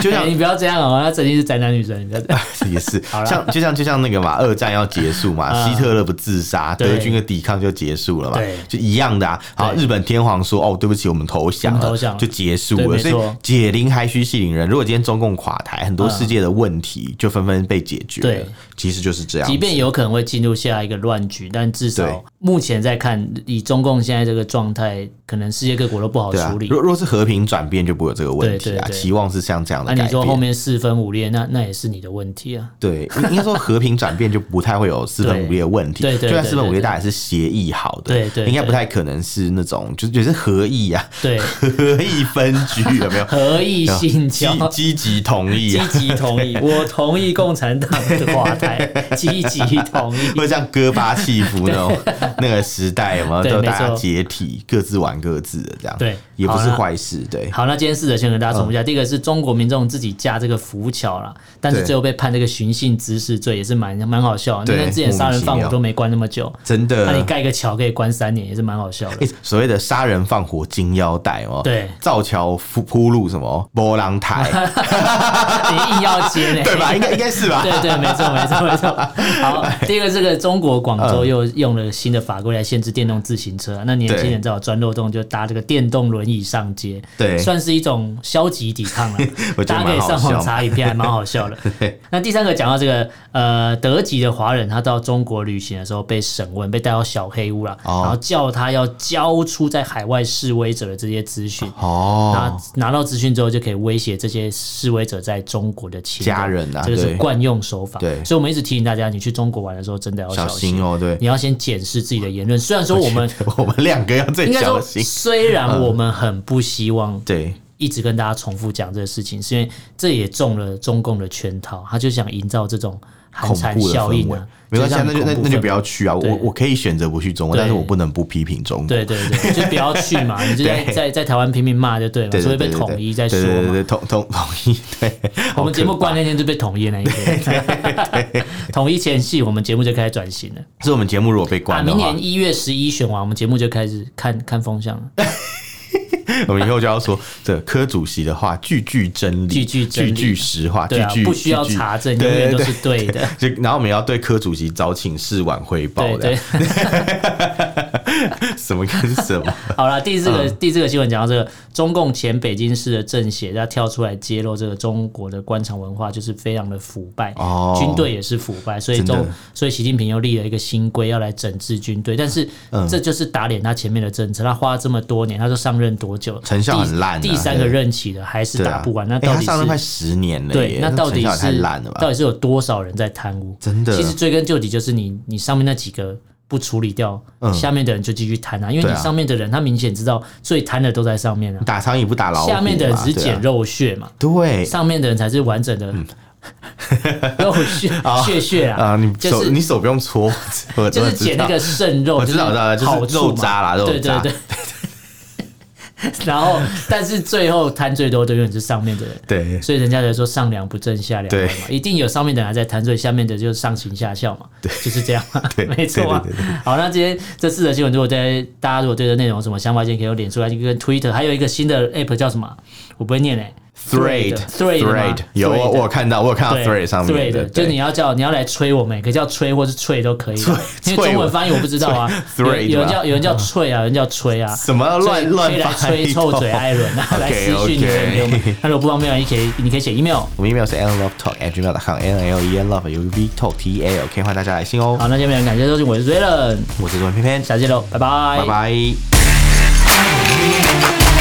[SPEAKER 1] 就像、欸、
[SPEAKER 2] [laughs] 你不要这样哦、喔，他曾经是宅男女神，你不要这样。
[SPEAKER 1] [laughs] 也是，像就像就像那个嘛，二战要结束嘛，嗯、希特勒不自杀，德军的抵抗就结束了嘛，就一样的啊。好，日本天皇说：“哦，对不起，我们投降了，
[SPEAKER 2] 投降
[SPEAKER 1] 就结束了。”所以解铃还需系铃人。如果今天中共垮台，很多世界的问题就纷纷被解决。
[SPEAKER 2] 嗯对，
[SPEAKER 1] 其实就是这样。
[SPEAKER 2] 即便有可能会进入下一个乱局，但至少目前在看，以中共现在这个状态，可能世界各国都不好
[SPEAKER 1] 对啊
[SPEAKER 2] 处，理。
[SPEAKER 1] 若若是和平转变，就不会有这个问题
[SPEAKER 2] 对
[SPEAKER 1] 啊。
[SPEAKER 2] 对对
[SPEAKER 1] 期望是像这样
[SPEAKER 2] 那、
[SPEAKER 1] 的改
[SPEAKER 2] 你说后
[SPEAKER 1] 变。
[SPEAKER 2] 面四分五裂，那那也是你的问题啊。
[SPEAKER 1] 对，应应该说和平转变就不太会有四分五裂的问题。
[SPEAKER 2] 对对对
[SPEAKER 1] 就算四分五
[SPEAKER 2] 对
[SPEAKER 1] 裂，
[SPEAKER 2] 对
[SPEAKER 1] 大家也是协议好的，
[SPEAKER 2] 对对对
[SPEAKER 1] 应该不太可能是那种就是就是合意啊，
[SPEAKER 2] 对，
[SPEAKER 1] 合意分居有没有？
[SPEAKER 2] 合意 [laughs] 性
[SPEAKER 1] 积
[SPEAKER 2] 交，
[SPEAKER 1] 积极同意
[SPEAKER 2] 积
[SPEAKER 1] 啊，
[SPEAKER 2] 极
[SPEAKER 1] [laughs]
[SPEAKER 2] 同意，我同意共产党的垮台，积极同意。
[SPEAKER 1] 会像戈巴契夫那
[SPEAKER 2] [laughs]
[SPEAKER 1] 种那个时代有没有？
[SPEAKER 2] 对
[SPEAKER 1] 都
[SPEAKER 2] 没
[SPEAKER 1] 大家
[SPEAKER 2] 错
[SPEAKER 1] 解体，各自玩各自的这样，
[SPEAKER 2] 对
[SPEAKER 1] 也不
[SPEAKER 2] 好
[SPEAKER 1] 是
[SPEAKER 2] 啦
[SPEAKER 1] 坏事，对。
[SPEAKER 2] 好，那今天试着先跟大家重复一下，第一个是中国民众自己架这个浮桥啦，但是
[SPEAKER 1] 嗯对
[SPEAKER 2] 最后被判这个寻衅滋事罪，也是蛮蛮好笑的。
[SPEAKER 1] 对
[SPEAKER 2] 你看之前杀人放
[SPEAKER 1] 莫名其妙
[SPEAKER 2] 火都没关那么久，
[SPEAKER 1] 真的，
[SPEAKER 2] 那你盖一个桥可以关三年，也是蛮好笑的。
[SPEAKER 1] 欸所谓的杀人放火金腰带哦，
[SPEAKER 2] 对
[SPEAKER 1] 造桥铺铺路什么波浪
[SPEAKER 2] [laughs]
[SPEAKER 1] 台，
[SPEAKER 2] 你硬要接呢？
[SPEAKER 1] 对吧？应该应该是吧？
[SPEAKER 2] 对对，没错没错没错。
[SPEAKER 1] [laughs]
[SPEAKER 2] 好，第一个这个中国广
[SPEAKER 1] 嗯
[SPEAKER 2] 州又用了新的法规来限制电动自行车，啊那年轻人只好钻漏洞，就搭这个电动轮椅上街，
[SPEAKER 1] 对。
[SPEAKER 2] 算是一种消极抵抗了
[SPEAKER 1] [laughs] 我觉得
[SPEAKER 2] 大家可
[SPEAKER 1] 蛮
[SPEAKER 2] 以
[SPEAKER 1] 好笑
[SPEAKER 2] 上网查影
[SPEAKER 1] [laughs]
[SPEAKER 2] 片，还蛮好笑的。那第三个讲到这个呃，德籍的华人，他到中国旅行的时候被审问，被带到小黑屋了，
[SPEAKER 1] 哦
[SPEAKER 2] 然后叫他要交出在海外示威者的这些资讯。拿
[SPEAKER 1] 哦，
[SPEAKER 2] 拿到资讯之后，就可以威胁这些示威者在中国的亲
[SPEAKER 1] 家人啊
[SPEAKER 2] 这个
[SPEAKER 1] 对
[SPEAKER 2] 是惯用手法。
[SPEAKER 1] 对
[SPEAKER 2] 所以我们一直提醒大家，你去中国玩的时候，真的要
[SPEAKER 1] 小
[SPEAKER 2] 心
[SPEAKER 1] 心哦，对，
[SPEAKER 2] 你要先检视自己的言论。虽然说我
[SPEAKER 1] [laughs]
[SPEAKER 2] 们
[SPEAKER 1] 我们两个要最
[SPEAKER 2] 应该
[SPEAKER 1] 小
[SPEAKER 2] 说，
[SPEAKER 1] 心，嗯
[SPEAKER 2] 虽然我们很不希望
[SPEAKER 1] 对
[SPEAKER 2] 一直跟大家重复讲这个事情，是因为这也中了中共的圈套，他就想营造这种寒
[SPEAKER 1] 恐
[SPEAKER 2] 蝉
[SPEAKER 1] 怖的
[SPEAKER 2] 效
[SPEAKER 1] 氛
[SPEAKER 2] 应
[SPEAKER 1] 围
[SPEAKER 2] 啊。。
[SPEAKER 1] 没关系啊，
[SPEAKER 2] 是
[SPEAKER 1] 那
[SPEAKER 2] 让
[SPEAKER 1] 就那
[SPEAKER 2] 恐怖
[SPEAKER 1] 那就
[SPEAKER 2] 氛
[SPEAKER 1] 不
[SPEAKER 2] 围
[SPEAKER 1] 要去啊！
[SPEAKER 2] 对
[SPEAKER 1] 我我可以选择不去中国，
[SPEAKER 2] 对
[SPEAKER 1] 但是我不能不批评中国。
[SPEAKER 2] 对对对，就不要去嘛，你就
[SPEAKER 1] [laughs]
[SPEAKER 2] 在
[SPEAKER 1] 对
[SPEAKER 2] 在在台湾拼命骂就对了，
[SPEAKER 1] 对，
[SPEAKER 2] 啊所以
[SPEAKER 1] 对
[SPEAKER 2] 被
[SPEAKER 1] 对对
[SPEAKER 2] 统一再说
[SPEAKER 1] 对对对
[SPEAKER 2] 嘛。
[SPEAKER 1] 对，统统统一， [laughs] 对，
[SPEAKER 2] 我们节目
[SPEAKER 1] 好可怕
[SPEAKER 2] 关那天就被统一那
[SPEAKER 1] [laughs]
[SPEAKER 2] 一天，统一前夕，我们节目就开始转型了。
[SPEAKER 1] 是我们节目如果被
[SPEAKER 2] 啊，
[SPEAKER 1] 关的
[SPEAKER 2] 明
[SPEAKER 1] 话
[SPEAKER 2] 年，一月十一选完，我们节目就开始看看风向了。
[SPEAKER 1] [laughs] 我们以后就要说这柯主席的话句句真理，
[SPEAKER 2] 句句真理
[SPEAKER 1] 句句实话，
[SPEAKER 2] 对
[SPEAKER 1] 句
[SPEAKER 2] 啊
[SPEAKER 1] 句，
[SPEAKER 2] 不需要
[SPEAKER 1] 句句
[SPEAKER 2] 查证，
[SPEAKER 1] 对
[SPEAKER 2] 永远都
[SPEAKER 1] 对
[SPEAKER 2] 是对的。
[SPEAKER 1] 就然后我们要对柯主席找请示晚汇报
[SPEAKER 2] 对
[SPEAKER 1] 的
[SPEAKER 2] 对，，
[SPEAKER 1] [laughs] 什么跟什
[SPEAKER 2] [laughs]
[SPEAKER 1] 么？
[SPEAKER 2] 好了，第四个、
[SPEAKER 1] 嗯
[SPEAKER 2] 第四个新闻讲到这个，中共前北京市的政协要跳出来揭露这个中国的官场文化就是非常的腐败，
[SPEAKER 1] 哦
[SPEAKER 2] 军队也是腐败，所以
[SPEAKER 1] 真
[SPEAKER 2] 中
[SPEAKER 1] 的
[SPEAKER 2] 所以习近平又立了一个新规要来整治军队，但是
[SPEAKER 1] 嗯
[SPEAKER 2] 这就是打脸他前面的政策，他花了这么多年，他说上任多久，
[SPEAKER 1] 成效很烂啊
[SPEAKER 2] 第，第三个
[SPEAKER 1] 对
[SPEAKER 2] 任期了还是
[SPEAKER 1] 对
[SPEAKER 2] 打
[SPEAKER 1] 啊，
[SPEAKER 2] 不完，那
[SPEAKER 1] 哎
[SPEAKER 2] 到
[SPEAKER 1] 他
[SPEAKER 2] 底是、
[SPEAKER 1] 上任快十年了
[SPEAKER 2] 对
[SPEAKER 1] 耶，，
[SPEAKER 2] 那到底
[SPEAKER 1] 成效也
[SPEAKER 2] 是
[SPEAKER 1] 太烂了
[SPEAKER 2] 到
[SPEAKER 1] 吧？
[SPEAKER 2] 底是有多少人在贪污？
[SPEAKER 1] 真的
[SPEAKER 2] 其实追根究底就是你你上面那几个不处理掉，下面的人就继续贪啊，因为
[SPEAKER 1] 嗯对
[SPEAKER 2] 你
[SPEAKER 1] 啊
[SPEAKER 2] 上面的人他明显知道最贪的都在上面啊，
[SPEAKER 1] 打苍蝇不打老虎嘛，啊嗯
[SPEAKER 2] 下面的人只是捡
[SPEAKER 1] 肉，
[SPEAKER 2] 肉屑嘛，
[SPEAKER 1] 对
[SPEAKER 2] 上面的人才是完整的 [laughs] 肉屑屑屑
[SPEAKER 1] 嗯 [laughs] 啊，
[SPEAKER 2] 啊，
[SPEAKER 1] 你
[SPEAKER 2] 就
[SPEAKER 1] 手
[SPEAKER 2] 是
[SPEAKER 1] 你手不用搓， [laughs] 我
[SPEAKER 2] 就
[SPEAKER 1] 我
[SPEAKER 2] 是
[SPEAKER 1] 知
[SPEAKER 2] 捡那
[SPEAKER 1] 道
[SPEAKER 2] 个剩肉，
[SPEAKER 1] 我知道
[SPEAKER 2] 就
[SPEAKER 1] 我知道就是
[SPEAKER 2] 好处
[SPEAKER 1] 肉
[SPEAKER 2] 嘛
[SPEAKER 1] 渣啦肉
[SPEAKER 2] 对对
[SPEAKER 1] 渣
[SPEAKER 2] 对。 [laughs] 然后，但是最后贪最多的永远是上面的人，
[SPEAKER 1] 对
[SPEAKER 2] 所以人家才说上梁不正下梁歪嘛，一定有上面的人还在贪，所以下面的就是上行下效嘛，就是这样嘛，
[SPEAKER 1] [laughs] 对
[SPEAKER 2] 没错啊
[SPEAKER 1] 对对。
[SPEAKER 2] 好，那今天这四则新闻，如果对大家如果对这内容有什么想法，今天可以用脸书来跟 Twitter，还有一个新的 App 叫什么？我不会念诶、
[SPEAKER 1] ，thread
[SPEAKER 2] Thread 嘛
[SPEAKER 1] thread 有我
[SPEAKER 2] Thread
[SPEAKER 1] 我有看到我有看到
[SPEAKER 2] 对
[SPEAKER 1] thread 上面
[SPEAKER 2] 的，
[SPEAKER 1] 的，
[SPEAKER 2] 就你要叫你要来催我们，也可以叫催或是催都可以啊，因为
[SPEAKER 1] 催
[SPEAKER 2] 中
[SPEAKER 1] 我
[SPEAKER 2] 文翻译我不知道啊。
[SPEAKER 1] 催 thread
[SPEAKER 2] 有有人
[SPEAKER 1] 吧嗯
[SPEAKER 2] 叫有人叫催啊，有人叫催啊，
[SPEAKER 1] 什么
[SPEAKER 2] 所以
[SPEAKER 1] 乱乱
[SPEAKER 2] 可以来
[SPEAKER 1] 翻
[SPEAKER 2] 催
[SPEAKER 1] 译
[SPEAKER 2] 臭嘴
[SPEAKER 1] 都
[SPEAKER 2] 艾伦
[SPEAKER 1] [laughs]
[SPEAKER 2] 啊，来私
[SPEAKER 1] OK，OK
[SPEAKER 2] 讯给我们。那如果不方便，你可以你可以写 email。
[SPEAKER 1] 我们 email 是 nlovetalk@gmail.com，n l e n love u v talk t a l，k 欢迎大家来信哦。
[SPEAKER 2] 好，那今天非常感谢收听，我是 Raylan，
[SPEAKER 1] 我是主持人偏偏，
[SPEAKER 2] 下期见喽，拜拜，
[SPEAKER 1] 拜拜。